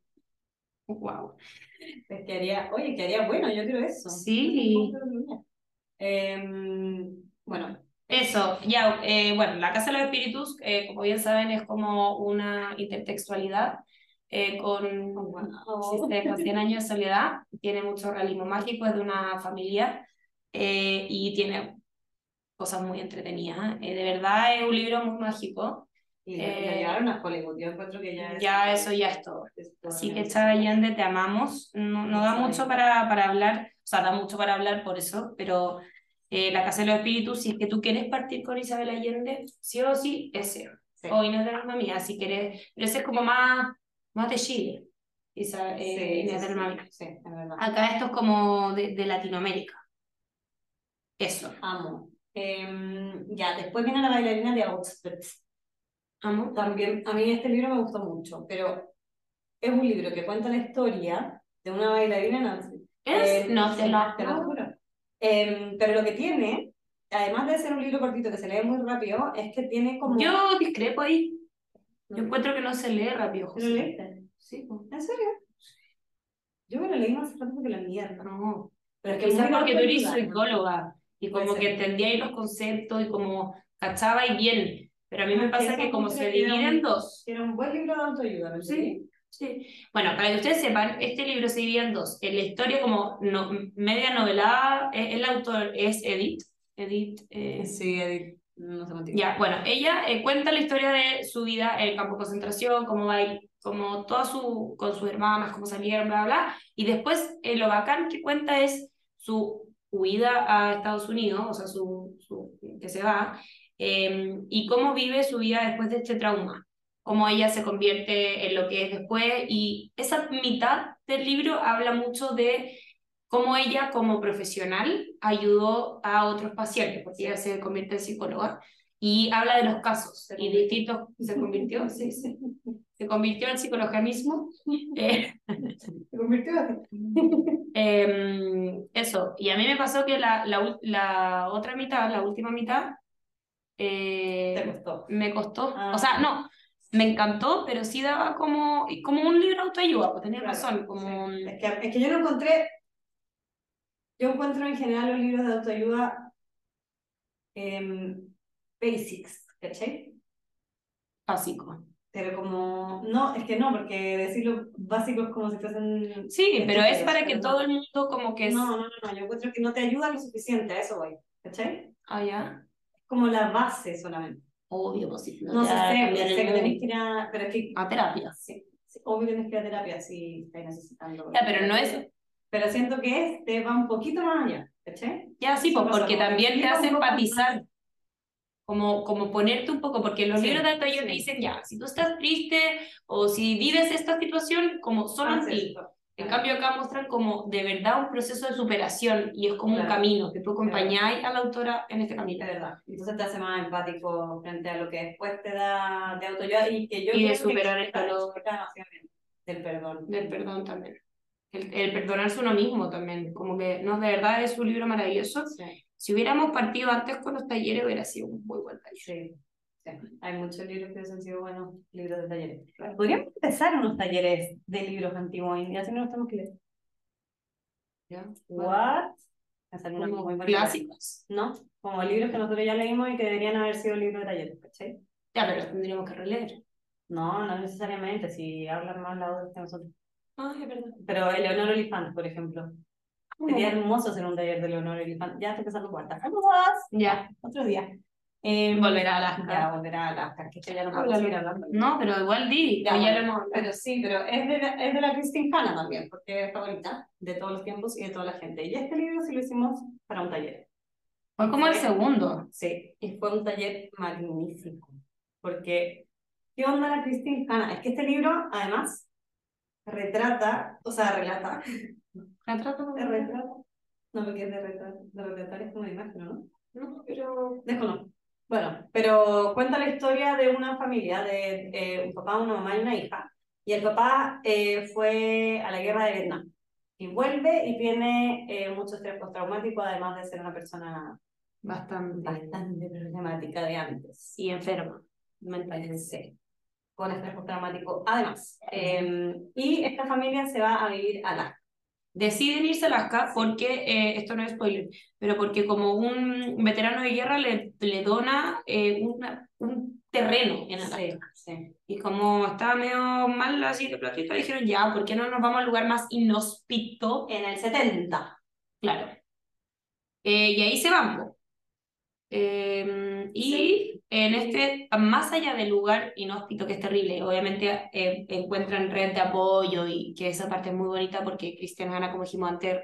Wow. Les quedaría, oye, quedaría bueno, yo quiero eso. Sí. Em, bueno, Eso, ya, eh, bueno, La Casa de los Espíritus, eh, como bien saben, es como una intertextualidad eh, con oh, wow. existe con 100 años de soledad, tiene mucho realismo mágico, es de una familia eh, y tiene cosas muy entretenidas. Eh, de verdad es un libro muy mágico, Y la- la Eh, llevaron a Hollywood, yo encuentro que ya es- ya eso ya es todo. es todo Así una- que Chava Allende, te amamos. No, no da Sí. mucho para, para hablar, o sea, da mucho para hablar por eso, pero eh, La Casa de los Espíritus, si es que tú quieres partir con Isabel Allende, sí o sí, ese. Sí. O Inés de la Alma Mía, si quieres, pero ese es como más, más de Chile, Isa- Sí, eh, sí, Inés de la Alma Mía. sí, sí, es verdad. Acá esto es como de, de Latinoamérica. Eso, Amo. Em, ya, después viene la bailarina de Outspit. amo. También, a mí este libro me gustó mucho, pero es un libro que cuenta la historia de una bailarina Nancy. Eh, ¿Es? No, te sí, lo te lo juro. Em, pero lo que tiene, además de ser un libro cortito que se lee muy rápido, es que tiene como. Yo discrepo ahí. Yo ¿Lo encuentro que no se lee rápido, José. leíste? Sí, po. ¿En serio? Yo me lo leí más rápido que la mierda. no. Pero es que Quizás muy porque tú eres autoayuda, ¿no? psicóloga y como Puede que ser. entendía ahí los conceptos y como cachaba y bien. Pero a mí me Ah, pasa eso que como creo se que era divide en un- dos. Era un buen libro de autoayuda, ¿no? Sí, sí. Bueno, para que ustedes sepan, este libro se divide en dos. En la historia como no- media novelada, e- el autor es Edith. Edith, eh, Sí, Edith, no sé contigo. ya, bueno, ella eh, cuenta la historia de su vida en el campo de concentración, cómo va ahí, cómo toda su, con sus hermanas, cómo salieron, bla, bla, bla. Y después eh, lo bacán que cuenta es su huida a Estados Unidos, o sea, su, su- que se va, eh, y cómo vive su vida después de este trauma, cómo ella se convierte en lo que es después. Y esa mitad del libro habla mucho de cómo ella como profesional ayudó a otros pacientes, porque ella se convierte en psicóloga, y habla de los casos y convirtió. distintos, se convirtió, sí, sí, se convirtió en psicología mismo. eh, Se convirtió en- Em, eso, y a mí me pasó que la, la, ul- la otra mitad, la última mitad, eh, Te costó. me costó, Ah. o sea, no, me encantó, pero sí daba como, como un libro de autoayuda, pues tenías Claro, razón, como un- Es que, es que yo no encontré. Yo encuentro en general los libros de autoayuda em, basics, ¿cachai? básico. Pero como. No, es que no, porque decirlo básico es como si fuesen. Sí, pero es Estúpidos, para que pero todo el mundo como que es, No, no, no, no, yo encuentro que no te ayuda lo suficiente, a eso voy, ¿cachai? ah, ya, Como la base solamente. Obvio, pues sí. No te sé, va a sé, cambiar el sé que mundo. tenés que ir a. Pero es que. A terapia. Sí, sí, obvio que tenés que ir a terapia si estáis necesitando. Ya, pero no es. Pero siento que este va un poquito más allá, ¿cachai? Ya, sí, pues Pasa porque como- también te Llega hace un poco empatizar. Como, como ponerte un poco, porque los Sí, libros de autoayuda te sí. dicen ya, si tú estás triste o si vives esta situación, como solo en ti. En cambio, acá muestran como de verdad un proceso de superación y es como un Claro. camino que tú acompañáis a la autora en este camino. De verdad. Entonces te hace más empático frente a lo que después te da de autoayuda y que yo Y creo de que superar el está- dolor. está demasiado bien, del perdón. Del perdón también. El, el perdonarse uno mismo también. Como que, no, de verdad es un libro maravilloso. Sí, Si hubiéramos partido antes con los talleres, hubiera sido un muy buen taller. sí, sí. Hay muchos libros que han sido buenos libros de talleres. Podríamos empezar unos talleres de libros antiguos y así no los tenemos que leer. ¿ya? What? Me salió una Como muy buena idea. clásicos. ¿No? Como libros que nosotros ya leímos y que deberían haber sido libros de talleres, ¿cachai? Ya, pero los tendríamos que releer. No, no necesariamente, si hablan más la otra que nosotros. Ah, es verdad. Pero Eleonor Olifant, por ejemplo. Sería Bueno, hermoso hacer un taller de Leonor Elifante. Ya estoy pensando cuarta. ¡Saludos! Ya, Otro día. Eh, volver a Ya, Alaska. Ah, volver a Alaska, que esto ya no puedo Háblalo. seguir hablando. No, pero igual di, Ya, o ya bueno. lo hemos hablado. Pero sí, pero es de la, es de la Christine Hanna también, porque es favorita de todos los tiempos y de toda la gente. Y este libro sí lo hicimos para un taller. Fue como el segundo. Sí, y fue un taller magnífico. Porque, ¿qué onda la Christine Hanna? Es que este libro, además, retrata, o sea, relata, Retrato. ¿Es retrata? No, porque es de retratar, de retratar es como una imagen, ¿no? No, pero. Desconozco. Bueno, pero cuenta la historia de una familia, de eh, un papá, una mamá y una hija. Y el papá eh, fue a la guerra de Vietnam. Y vuelve y tiene eh, mucho estrés postraumático, además de ser una persona Bastante. bastante problemática de antes. Y enferma. Mental. Imagínense, con estrés postraumático, además. Eh, y esta familia se va a vivir a la deciden irse a Alaska porque, eh, esto no es spoiler, pero porque como un veterano de guerra le, le dona eh, una- un terreno en Alaska. Sí, sí. Y como estaba medio mal así de platita, dijeron, ya, ¿por qué no nos vamos al lugar más inhóspito? En el 70. Claro. Eh, y ahí se van. po. Eh, y en este, más allá del lugar inhóspito, que es terrible, obviamente eh, encuentran red de apoyo y que esa parte es muy bonita porque Cristian Hanna, como dijimos antes,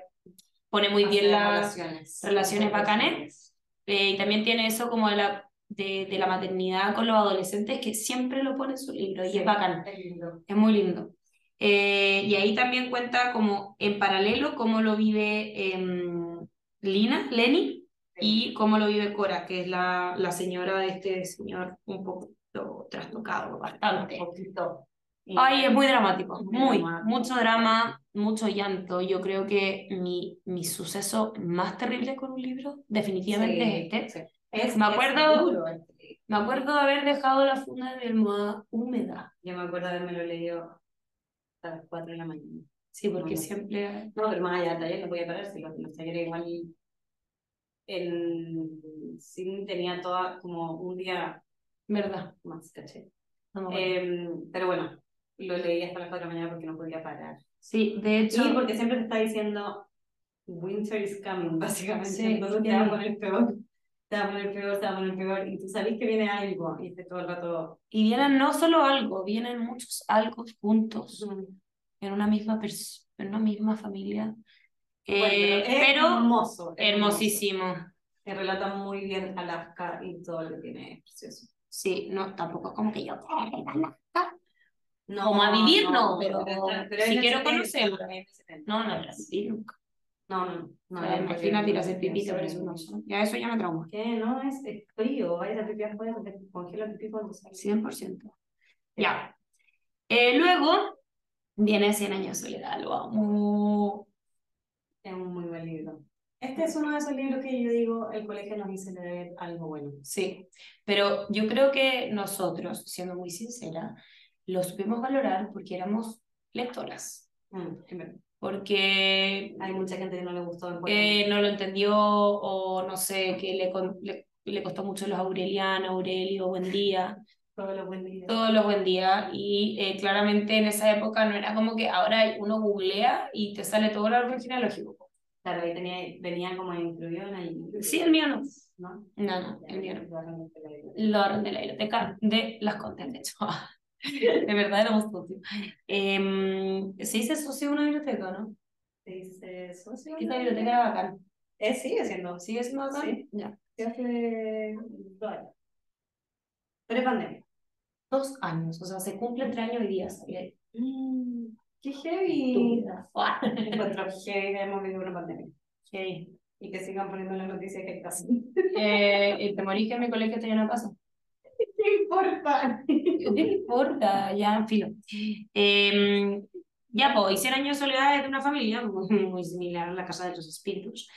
pone muy Hacer bien las, relaciones. relaciones bacanes. eh, y también tiene eso como de la, de, de la maternidad con los adolescentes, que siempre lo pone en su libro y Sí. es bacán, Es lindo. es muy lindo. Eh, y ahí también cuenta como en paralelo cómo lo vive em, Lina, Lenny, y cómo lo vive Cora, que es la, la señora de este señor un poco trastocado, bastante. poquito. Y- Ay, es muy dramático, Muy muy, dramático. mucho drama, mucho llanto. Yo creo que mi, mi suceso más terrible con un libro definitivamente Sí, es este. sí. Es- Me es acuerdo- duro este libro. Me acuerdo de haber dejado la funda de mi almohada húmeda. Yo me acuerdo haberme lo leído a las 4 de la mañana. Sí, porque Bueno. siempre... No, pero más allá del taller no podía parar, si los, los talleres igual el sí tenía toda como un día Verdad. más, caché. no me acuerdo. Em, pero bueno, lo leí hasta las 4 de la mañana porque no podía parar. Sí, de hecho, Y porque siempre te está diciendo Winter is coming, básicamente. Sí, Entonces te sí. va a poner peor. Te va a poner peor, te va a poner peor. Y tú sabes que viene algo. Y te todo el rato. y vienen no solo algo, vienen muchos algo juntos en una misma pers- en una misma familia. Eh, Bueno, es pero hermoso, hermosísimo. Te relata muy bien Alaska y todo lo que tiene, es precioso. Sí, no, tampoco es como que yo... No, Como a vivir, no, pero está- si es quiero excelente, conocerlo. es excelente. No, no, no, sí, nunca. No, no, no. O sea, no, imagínate ir a no, hacer no, no, pipí, te pones no, un no. oso. Ya eso ya me trauma, Que no, es, es frío, vayas a pipi afuera, te congela el pipí cuando sales. 100%. Ya. Eh, luego viene 100 años de soledad, lo amo. Es un muy buen libro. Este es uno de esos libros que yo digo, el colegio nos dice leer algo bueno. Sí, pero yo creo que nosotros, siendo muy sincera, lo supimos valorar porque éramos lectoras, Mm, en verdad. porque Hay mucha gente que no le gustó. en Puerto eh, no lo entendió o no sé, que le, con- le, le costó mucho los Aureliana, Aurelio, buen día. Rico, Todos los buen días. todos los buen día y eh, claramente en esa época no era como que ahora uno googlea y te sale todo el árbol genealógico. Claro, ahí tenía, venía como incluido en el... Sí, el mío no. ¿no? No, no, Ya, el mío no. lo hagan en el- Lo ahorré de la biblioteca de las contas, de hecho. De verdad éramos socios. Em, se dice socio de una biblioteca, ¿no? Se dice socio. Que Esta ¿no? biblioteca era bacán. Eh, sigue siendo. Sí, ¿Sigue siendo bacán? Sí. Ya. sí, hace dos años. Prepandemia. Dos años, o sea, se cumple entre años y días. Qué Mm, qué heavy. estúpida. Buah. Encuentro que hemos vivido una pandemia. Qué Y que sigan poniendo las noticias que pasan. Eh, y te morís que en mi colegio tenía una casa. ¿Qué importa? No importa, ya, en filo. Eh, ya, pues, hicieron años de soledad de una familia, muy, muy similar a la Casa de los Espíritus,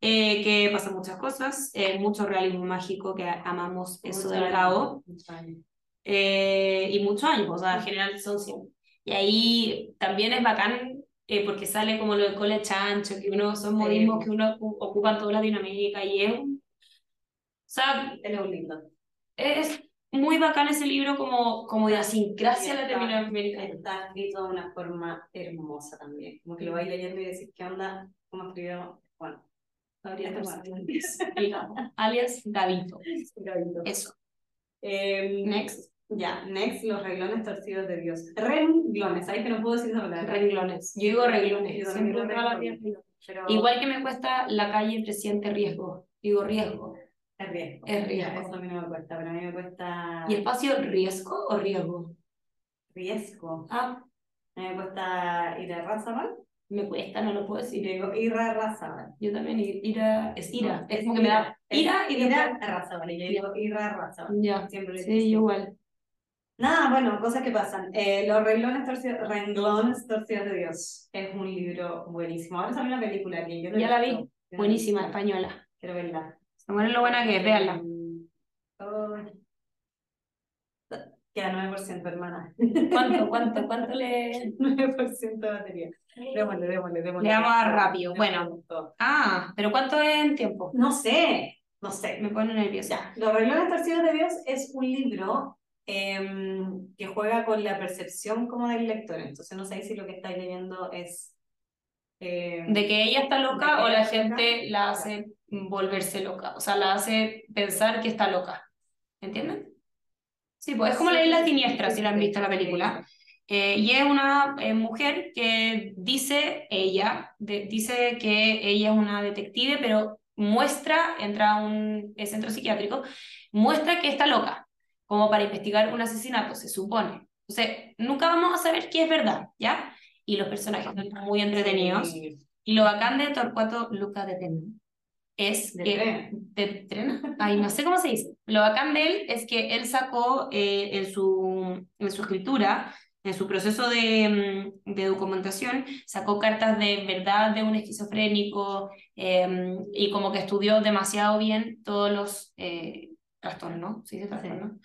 eh, que pasa muchas cosas, eh, mucho realismo mágico, que amamos eso del cabo, eh, y muchos años, o sea, en general son 100. Y ahí también es bacán, eh, porque sale como lo del cole chancho, que uno son modismos que uno ocu- ocupa toda la dinámica y es... un- O sea, Es un lindo. es muy bacán ese libro como, como de asincrasia a la terminología americana. Está escrito de una forma hermosa también. Como que lo vais leyendo y decís, ¿qué onda? ¿Cómo escribió? Bueno, Gabriel Está García Márquez, digamos, alias Gavito. Eso. Em, Next. Ya, next, los reglones torcidos de Dios. Renglones, sabes que no puedo decir esa palabra. Renglones. Yo digo reglones. Yo siempre digo toda la renglones. vida. Pero Igual que me cuesta la calle presente riesgo. Digo riesgo. es riesgo. Es riesgo. Ya, Eso a mí no me cuesta, pero a mí me cuesta ¿Y espacio riesgo o riesgo? riesgo. Ah, A mí me cuesta ir a Razabal me cuesta, no lo puedo y decir. le digo ir a Razabal. Yo también ir, ira, es ira. Es como que me da ira y ir después... a Razabal. Y yo digo ir a Razabal. Ya. Siempre lo Sí, yo igual. Nada, bueno, cosas que pasan. Eh, los renglones torcidos, renglones torcidos de Dios. Es un libro buenísimo. Ahora sale una película que yo no he Ya la vi. visto. Yo no la he visto. Buenísima, española. Quiero verla. Se muere lo buena que es, véanla. Mm, ay. Queda 9%, hermana. ¿Cuánto, cuánto, cuánto le...? 9% de batería. Démosle, démosle, démosle. Le vamos a dar rápido. Démosle Bueno. con todo. Ah, pero ¿cuánto es en tiempo? No sé, no sé. Me pone Ya, nerviosa. Los reglones torcidos de Dios es un libro em, que juega con la percepción como del lector. Entonces no sé si lo que estáis leyendo es... em, ¿De que ella está De que loca o la ella está gente loca. la hace volverse loca? O sea, la hace pensar que está loca. ¿Entienden? Sí, pues es como sí, la isla sí, siniestra, sí, si la han sí, visto la sí. película. Eh, y es una eh, mujer que dice ella, de- dice que ella es una detective, pero muestra, entra a un eh, centro psiquiátrico, muestra que está loca, como para investigar un asesinato, se supone. Entonces, nunca vamos a saber qué es verdad, ¿ya? Y los personajes son muy entretenidos. Sí, Y lo bacán de Torcuato Luca de Tena es de que. tren. de Tena. Ay, no sé cómo se dice. Lo bacán de él es que él sacó eh, en, su, en su escritura, en su proceso de, mm, de documentación, sacó cartas de verdad de un esquizofrénico eh, y como que estudió demasiado bien todos los eh, trastornos, ¿se dice trastorno?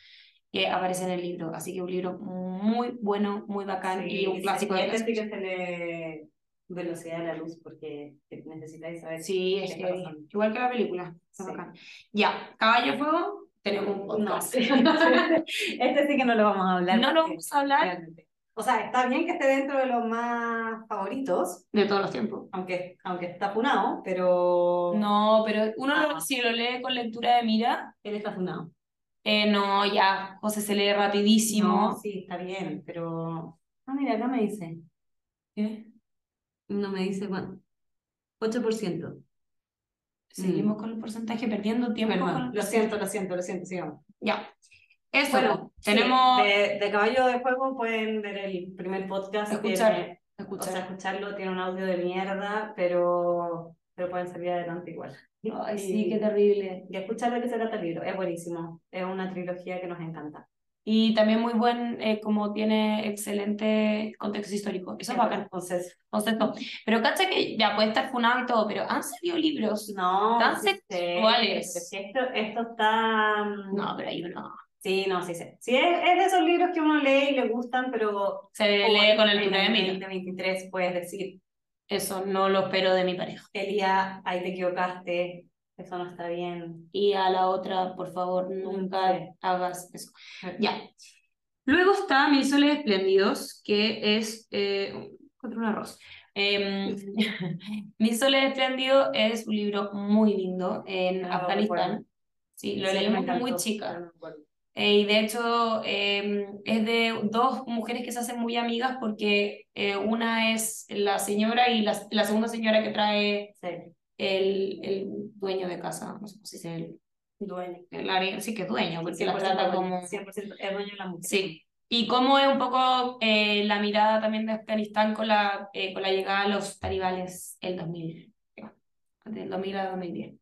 Que aparecen en el libro. Así que un libro muy bueno, muy bacán Sí, y un clásico de este clásicos. sí que se le velocidad a la luz porque necesitáis saber Sí, qué es está heavy. pasando. Igual que la película. está Sí. bacán. Ya, Caballo de Fuego, tenemos un No, podcast. sí. este sí que no lo vamos a hablar. No lo porque vamos a hablar realmente. O sea, está bien que esté dentro de los más favoritos, de todos los tiempos. aunque, aunque está funado, pero. No, pero uno lo- Ah. si lo lee con lectura de mira, Él está funado. eh, no, ya, José se lee rapidísimo. No, sí, está bien, pero. Ah, mira, acá me dice. ¿Qué? No me dice cuánto. 8%. Seguimos con el porcentaje perdiendo tiempo. Perdón, con- lo siento, lo siento, lo siento, sigamos. Ya. Eso, Bueno, tenemos... Sí, de, de Caballo de Fuego pueden ver el primer podcast. Escuchar. tiene- O sea, escucharlo tiene un audio de mierda, pero, pero pueden salir adelante igual. Ay, sí, Y- qué terrible. Y escuchar de qué se trata el libro. Es buenísimo. Es una trilogía que nos encanta. Y también muy buen, eh, como tiene excelente contexto histórico. Eso es bacán. Entonces, concepto. Pero cacha que ya puede estar funado y todo, pero han salido libros. no. Tan sí sé, sexuales. pero si esto, esto está. mm, No, pero hay uno. Sí, no, sí sé. Sí, es, es de esos libros que uno lee y le gustan, pero. Se lee con el túnel de mira. 2023 puedes decir, Eso no lo espero de mi pareja. Elia, ahí te equivocaste. Eso no está bien. Y a la otra, por favor, nunca Sí. hagas eso. Ya. Luego está Mil Soles Espléndidos, que es eh, contra oh, un arroz. Eh, Mil soles espléndidos es un libro muy lindo en Ah, lo recuerdo. Afganistán. Sí, lo Sí, me leímos encantó, muy chica. pero no me acuerdo. Eh, y de hecho eh, es de dos mujeres que se hacen muy amigas porque eh, una es la señora y la, la segunda señora que trae Sí, el, el dueño de casa. No sé si es el, dueño. el are- sí que es dueño, porque la 100% trata dueño, como... 100% es dueño de la mujer. Sí. Y cómo es un poco eh, la mirada también de Afganistán con la, eh, con la llegada de los talibanes el 2000, del 2000 a 2010.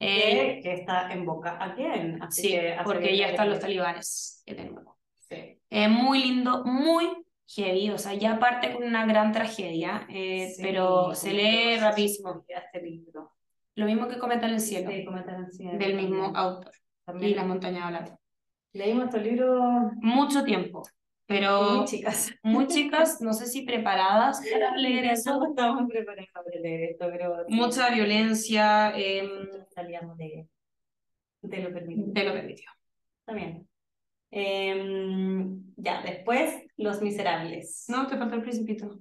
Eh, Que, que está en boca again. Así sí, que hace porque bien ya están los también. talibanes eh, de nuevo. Sí. Es muy lindo, muy heavy, o sea, ya parte con una gran tragedia, eh, Sí, pero como se que lee no sé rapidísimo. cómo queda Este libro. Lo mismo que Cometa en el cielo, Sí, Cometa en el cielo del mismo también. autor, También y La montaña volante. Leímos estos libros Mucho tiempo, pero muy chicas. muy chicas, no sé si preparadas para leer eso. No estábamos preparadas para leer esto, pero sí, mucha violencia eh, salíamos de, de lo permitido. de lo permitido. También. Em, ya, después, Los Miserables. No, te faltó el principito.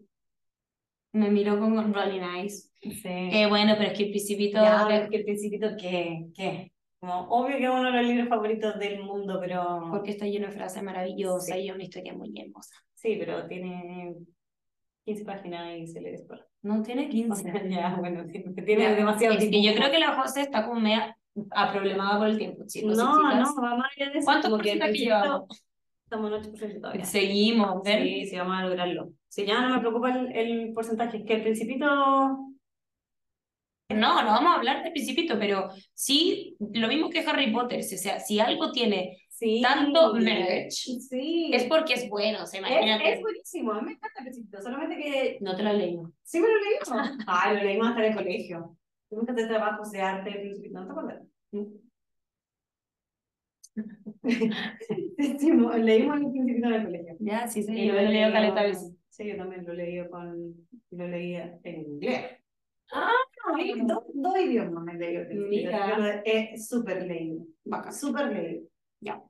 Me miró con Rolling Eyes. Sí. Eh, bueno, pero es que el principito... Ya, pero es que el principito, ¿qué? ¿Qué? Como, obvio que es uno de los libros favoritos del mundo, pero Porque está lleno de frases maravillosas Sí. y es una historia muy hermosa. sí, pero tiene 15 páginas y se lee después. No tiene O 15. sea, ya, bueno, tiene, tiene Ya, demasiado Es que yo dibujo. creo que la José está como media aproblemada por el tiempo, chicos. y No, chicas. no, va más allá de eso. ¿Cuántos como que el porcentaje principito- llevamos? Estamos en 8% todavía. Seguimos, ¿ver? Sí, sí, vamos a lograrlo. Sí, ya no me preocupa el, el porcentaje, es que el principito... No, no vamos a hablar del principito, pero sí, lo mismo que Harry Potter. O sea, si algo tiene Sí. tanto merch, Sí. es porque es bueno, se Es- imagínate. es buenísimo, a mí me encanta el principito, solamente que No te lo leímos. Sí, me lo leímos. Ay, lo leímos hasta en el colegio. Tuvimos que hacer trabajos de arte, de principito, ¿no te acuerdas? Sí, mo- leímos el principito en el colegio. Ya, sí, Y sí, yo lo he leído caleta veces. Sí, yo también lo leí con, lo leía en inglés. Ah, Sí, dos dos idiomas me leí el principito. Mira. Yo lo he súper leído, Bacán. súper leído. Ya.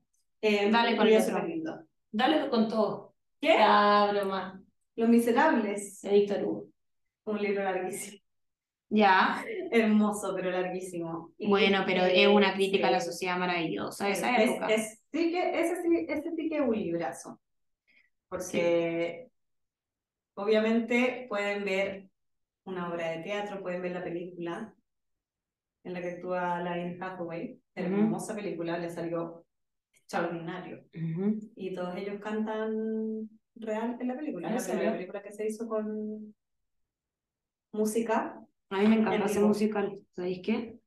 Eh, Dale con y el es otro. súper lindo. Dale con todo. ¿Qué? Ya, broma. Los Miserables, De Víctor Hugo. un libro larguísimo, Ya. hermoso pero larguísimo. Y, Bueno, pero eh, es una crítica a la sí. sociedad maravillosa, esa Es- época. es- sí que, ese, sí, ese sí que es un librazo. Porque obviamente pueden ver una obra de teatro, pueden ver la película en la que actúa Lion Hathaway. Hermosa película, le salió extraordinario. Ujú. Y todos ellos cantan real en la película. Es Eso, la primera ¿no? película que se hizo con música. A mí me encanta En ese vivo. musical. ¿Sabéis qué?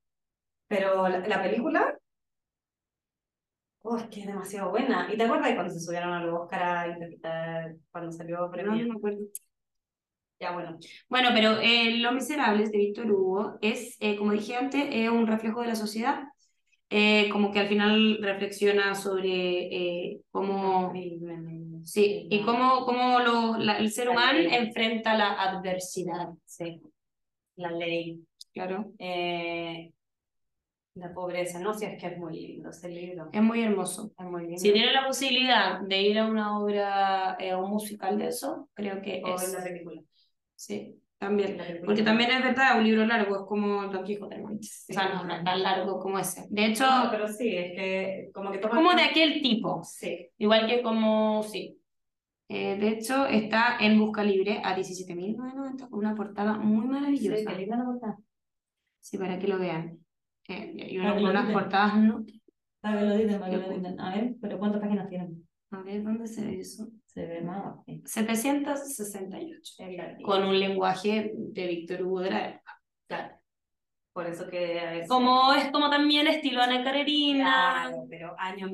Pero la, la película. Oh, es que es demasiado buena. ¿Y te acuerdas de cuando se subieron al Oscar a interpretar cuando salió No, premio? no me acuerdo. Ya, bueno. Bueno, pero eh, Los Miserables de Víctor Hugo es, eh, como dije antes, es un reflejo de la sociedad. Eh, como que al final reflexiona sobre eh, cómo, sí, y cómo, cómo lo- la- el ser La humano ley. enfrenta la adversidad. Sí. La ley. Claro. eh, la pobreza. No, si es que es muy lindo ese libro. Es muy hermoso. Es muy lindo. Si tiene la posibilidad de ir a una obra eh, o un musical de eso, creo que O en es. la película. Sí, en también. la película. Porque también es verdad, un libro largo es como Don Quijote, ¿no? O sea, no, no es tan largo como ese. De hecho, No, pero sí, es que como que toma. como de aquel tipo. Sí. Igual que como, sí. Eh, de hecho, está en Busca Libre a 17.990 con una portada muy Sí, maravillosa. qué linda la portada. Sí, para que lo vean. Eh, y uno con Magdalena. unas portadas, ¿no? A ver, lo dicen, para que lo dicen. A ver, pero ¿cuántas páginas tienen? A ver, ¿dónde se ve eso? Se ve más. abajo. 768. Es larguísimo. Con un lenguaje de Víctor Hugo de la época. Claro. Por eso que a veces. Como es como también estilo Ana Karenina. Claro, pero año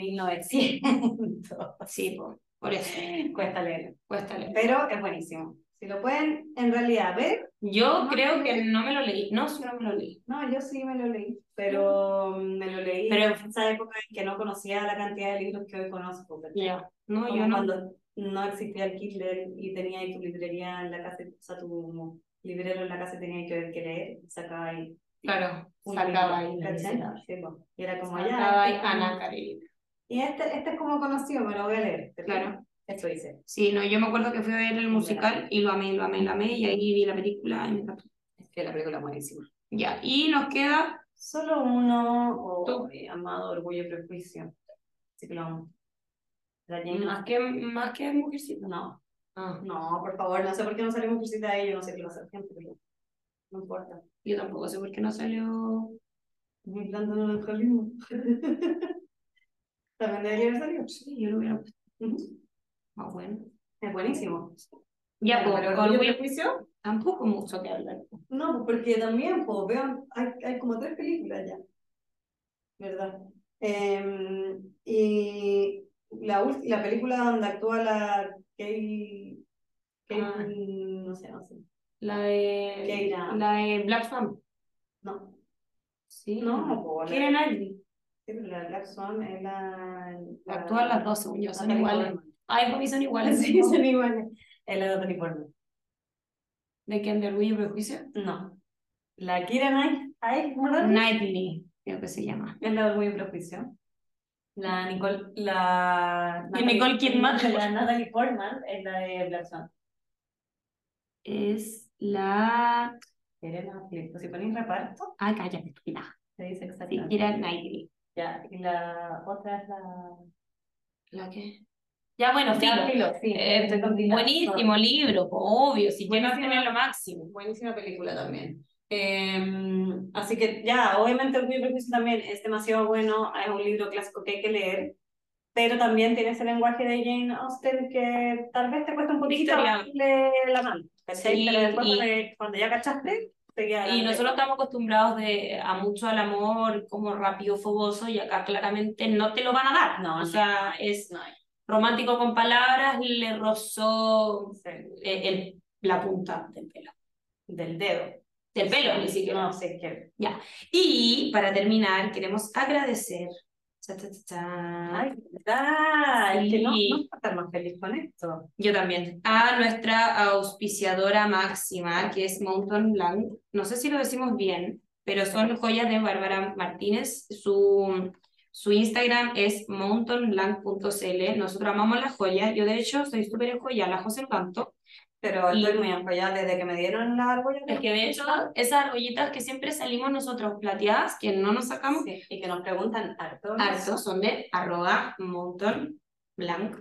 1900. Sí, por, por eso. Cuesta leerlo. Cuesta leer. Pero es buenísimo. Si lo pueden en realidad ver, Yo No, creo no. que no me lo leí. No, sí, no me lo leí. no, yo sí me lo leí, pero me lo leí Pero- en esa época en que no conocía la cantidad de libros que hoy conozco. ¿cachai? No, Como yo no. cuando no existía el Kindle y tenía ahí tu librería en la casa, o sea, tu librero en la casa y tenía que ver qué leer, y sacaba ahí. Claro, un sacaba ahí. libro, la ¿cachai? miserable. Sí, po. Y era como Sacaba ya. ahí este es como- Ana Karenina. Y este, este es como conocido, me lo voy a leer. ¿cachai? Claro. Eso dice. Sí, no, yo me acuerdo que fui a ver el musical y lo amé, lo amé, lo amé, y ahí vi la película y me encantó. Es que la película es buenísima. Ya, y nos queda Solo uno, o Tú. eh, amado, orgullo y prejuicio. Así que lo amo. La Jane más que, más que mujercita. No, Ah, no, por favor, no sé por qué no salimos cosita de ello, no sé qué va a hacer gente, pero no importa. yo tampoco sé por qué no salió. Muy blando no lo mismo. También debería haber salido. Sí, yo lo hubiera puesto Ujú. más bueno. Es buenísimo. Ya, Pero pues, orgullo y Orgullo- prejuicio. tampoco mucho que hablar. No, pues porque también, pues, vean, hay, hay como tres películas ya. ¿Verdad? Eh, y la, ult- la película donde actúa la Kay. Kay- Ah. No sé, no sé. La de. Keira. La de Black Swan. No, Sí. no, pues, la- Keira Knightley. sí, pero la Black Swan es la. la- Actúan las dos, según yo, la son Natalie iguales. Portman. Ay, para mí son iguales. Sí, son iguales. Es la de Natalie Portman. ¿De quién? ¿De Orgullo y Prejuicio? No. La Kira Knight, ay, ¿verdad? Knightley, creo que se llama. Es la de Orgullo y Prejuicio. La Nicole, la... Y Nicole Kidman. La Natalie Portman es la de Black Swan. Es la. Elena Filipo, pues, si ponéis reparto, Ah, cállate, estúpida. se dice Sí, exactamente. Keira Knightley. Ya, y la otra es la... ¿La qué? Ya, bueno, Ya, filo. filo, sí. Eh, estoy confundida. buenísimo libro, po, obvio, si quieres Buenísimo. tener lo máximo. Buenísima película también. Eh, así que ya, obviamente Orgullo y Prejuicio también es demasiado bueno, es un libro clásico que hay que leer, pero también tiene ese lenguaje de Jane Austen que tal vez te cuesta un poquito Victoriano. darle la mano, ¿cachai? Sí, pero después y- cuando, cuando ya cachaste, te queda Y adelante. nosotros estamos acostumbrados de, a mucho al amor como rápido, fogoso, y acá claramente no te lo van a dar. No, o no. sea, es No. romántico con palabras, le rozó Sí, eh, el- la punta del pelo. del dedo. Del pelo, ni siquiera. No, sí, es que... Y para terminar, queremos agradecer. Cha, cha, cha, cha. Ay, ¿verdad? Es que no, Ah. Sí. no vas a estar más feliz con esto. Yo también. A nuestra auspiciadora máxima, que es Mountain Blanc. No sé si lo decimos bien, pero son joyas de Bárbara Martínez. Su, su Instagram es mountainblanc.cl. Nosotros amamos las joyas. Yo, de hecho, soy súper enjoyada, la José Canto. Pero Y- estoy muy apoyada desde que me dieron la argolla. Es que, de hecho, esas argollitas que siempre salimos nosotros plateadas, que no nos sacamos Sí, y que nos preguntan harto. harto, son de arroba mountainblanc.cl.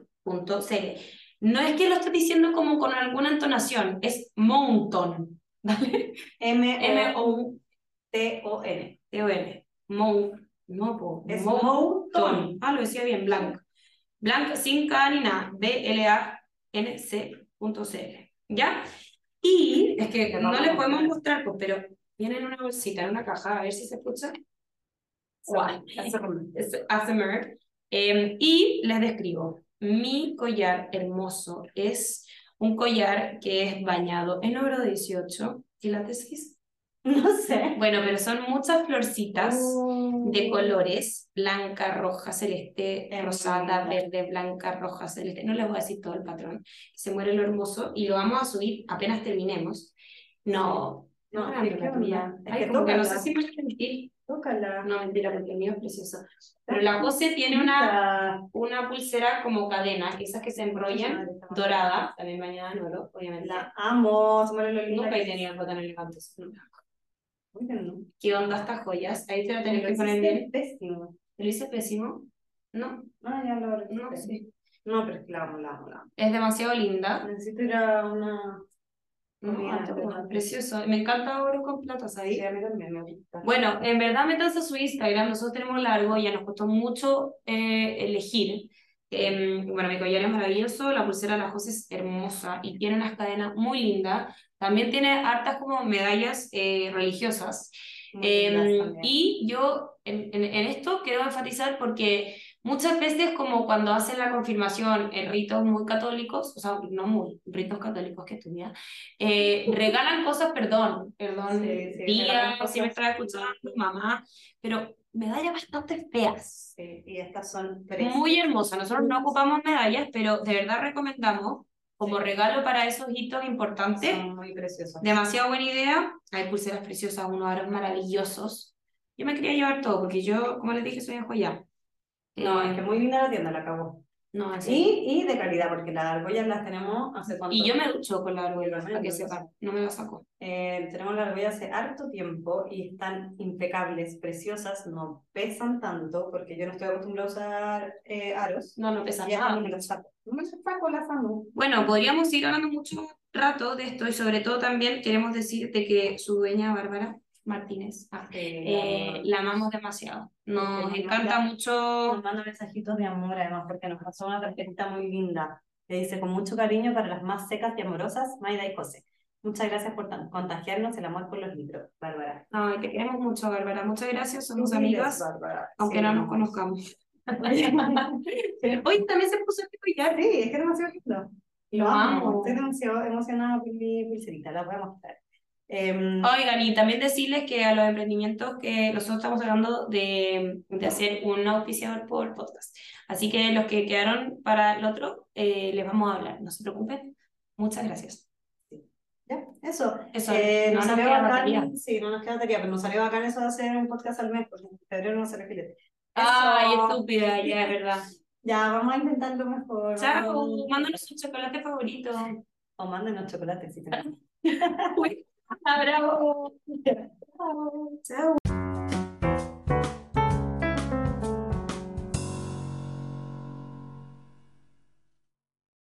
No es que lo esté diciendo como con alguna entonación, es mountain. ¿Vale? M-O-T-O-N. M-O-U-T-O-N. Mou. No, po. Es Mountain. montón. Ah, lo decía bien, blanc. Blanc sin K ni nada. B-L-A-N-C.cl. ¿Ya? Y es que Que no vamos les a podemos ver. mostrar, pues, pero viene en una bolsita, en una caja, a ver si se escucha. Guay. Eso como- es ASMR. Eh, y les describo, mi collar hermoso es un collar que es bañado en oro 18, quilates es? No sé. Bueno, pero son muchas florcitas de De colores, blanca, roja, celeste, Hermosa. rosada, verde, blanca, roja, celeste. No les voy a decir todo el patrón. Se muere lo hermoso y lo vamos a subir apenas terminemos. No, No, hagan es que relato, ya. Ah, onda, es Ah, Ay, que como que no sé tócala. si me voy a mentir. Tócala. No, mentira, porque el mío es precioso. Pero la José tiene una una pulsera como cadena, que esas que se enrollan, dorada, también bañada en oro, obviamente. La amo. Se muere lo linda Nunca que he es. tenido algo tan elegante. nunca. Uy, no. ¿Qué onda estas joyas? Ahí te lo tenés Lo que poner hiciste bien. pésimo. ¿Lo hice pésimo? No, Ah, ya lo no, hiciste. sí. Ah. No, pero es que la amo, la amo, la amo. Es demasiado linda. Necesito ir a una. No, Mira, no, pero- no, precioso. Me encanta oro con plata, Sí, ¿sabes? a mí también me gusta. Bueno, en verdad métanse a su Instagram, nosotros tenemos largo, ya nos costó mucho eh, elegir. Em, bueno, mi collar es maravilloso, la pulsera de la José es hermosa y tiene unas cadenas muy lindas. También tiene hartas como medallas eh, religiosas. Muy Em, lindas también. y yo en, en- en esto quiero enfatizar porque muchas veces como cuando hacen la confirmación en ritos muy católicos, o sea, no muy, ritos católicos que estudia, eh, regalan cosas, perdón, perdón, Sí, sí, tía, regalan cosas. si me estás escuchando, mamá, pero medallas bastante feas, Sí, y estas son tres. muy hermosas. Nosotros no ocupamos medallas, pero de verdad recomendamos como Sí. regalo para esos hitos importantes. Son muy preciosas. Demasiado buena idea. Hay pulseras preciosas, unos aros maravillosos. Yo me quería llevar todo porque yo, como les dije, soy enjoyada. No, es Eh, que muy linda la tienda, la acabó. No, así. Y, y de calidad, porque las argollas las tenemos hace cuánto. Y yo me ducho con la argolla, para que Tremendo. sepan. No me la saco. Eh, tenemos la argolla hace harto tiempo y están impecables, preciosas, no pesan tanto, porque yo no estoy acostumbrada a usar eh, aros. No, no pesa Y es nada. como que saco. No me saco la Samu. Bueno, podríamos ir hablando mucho rato de esto y sobre todo también queremos decirte que su dueña, Bárbara Martínez, ah, eh, la amamos demasiado. Nos Porque encanta manda- mucho. Nos manda mensajitos de amor, además, porque nos pasó una tarjetita muy linda. Le dice, con mucho cariño para las más secas y amorosas, Maida y José. Muchas gracias por tan- contagiarnos el amor por los libros, Bárbara. Ay, te queremos mucho, Bárbara. Muchas gracias, somos Tú eres amigas, Bárbara. aunque Sí, no nos amor. conozcamos. Hoy también se puso el collar. Sí, es que es demasiado lindo. Lo Lo amo. amo. Estoy demasiado emocionada por mi pulserita, la voy a mostrar. Em, Oigan, y también decirles que a los emprendimientos que nosotros estamos hablando de, de hacer un auspiciador por podcast. Así que los que quedaron para el otro, eh, les vamos a hablar. No se preocupen. Muchas gracias. ya, eso. Eso, Eh, no nos nos salió queda bacán, batería. sí, no nos queda batería, pero nos salió bacán eso de hacer un podcast al mes, porque en febrero no sale filete. Ay, Eso. estúpida, ya, es verdad. Ya, vamos a intentarlo mejor. vamos Chao, a- mándanos su chocolate favorito. O mándenos chocolates si tenemos. Uy, ah, bravo. Chao.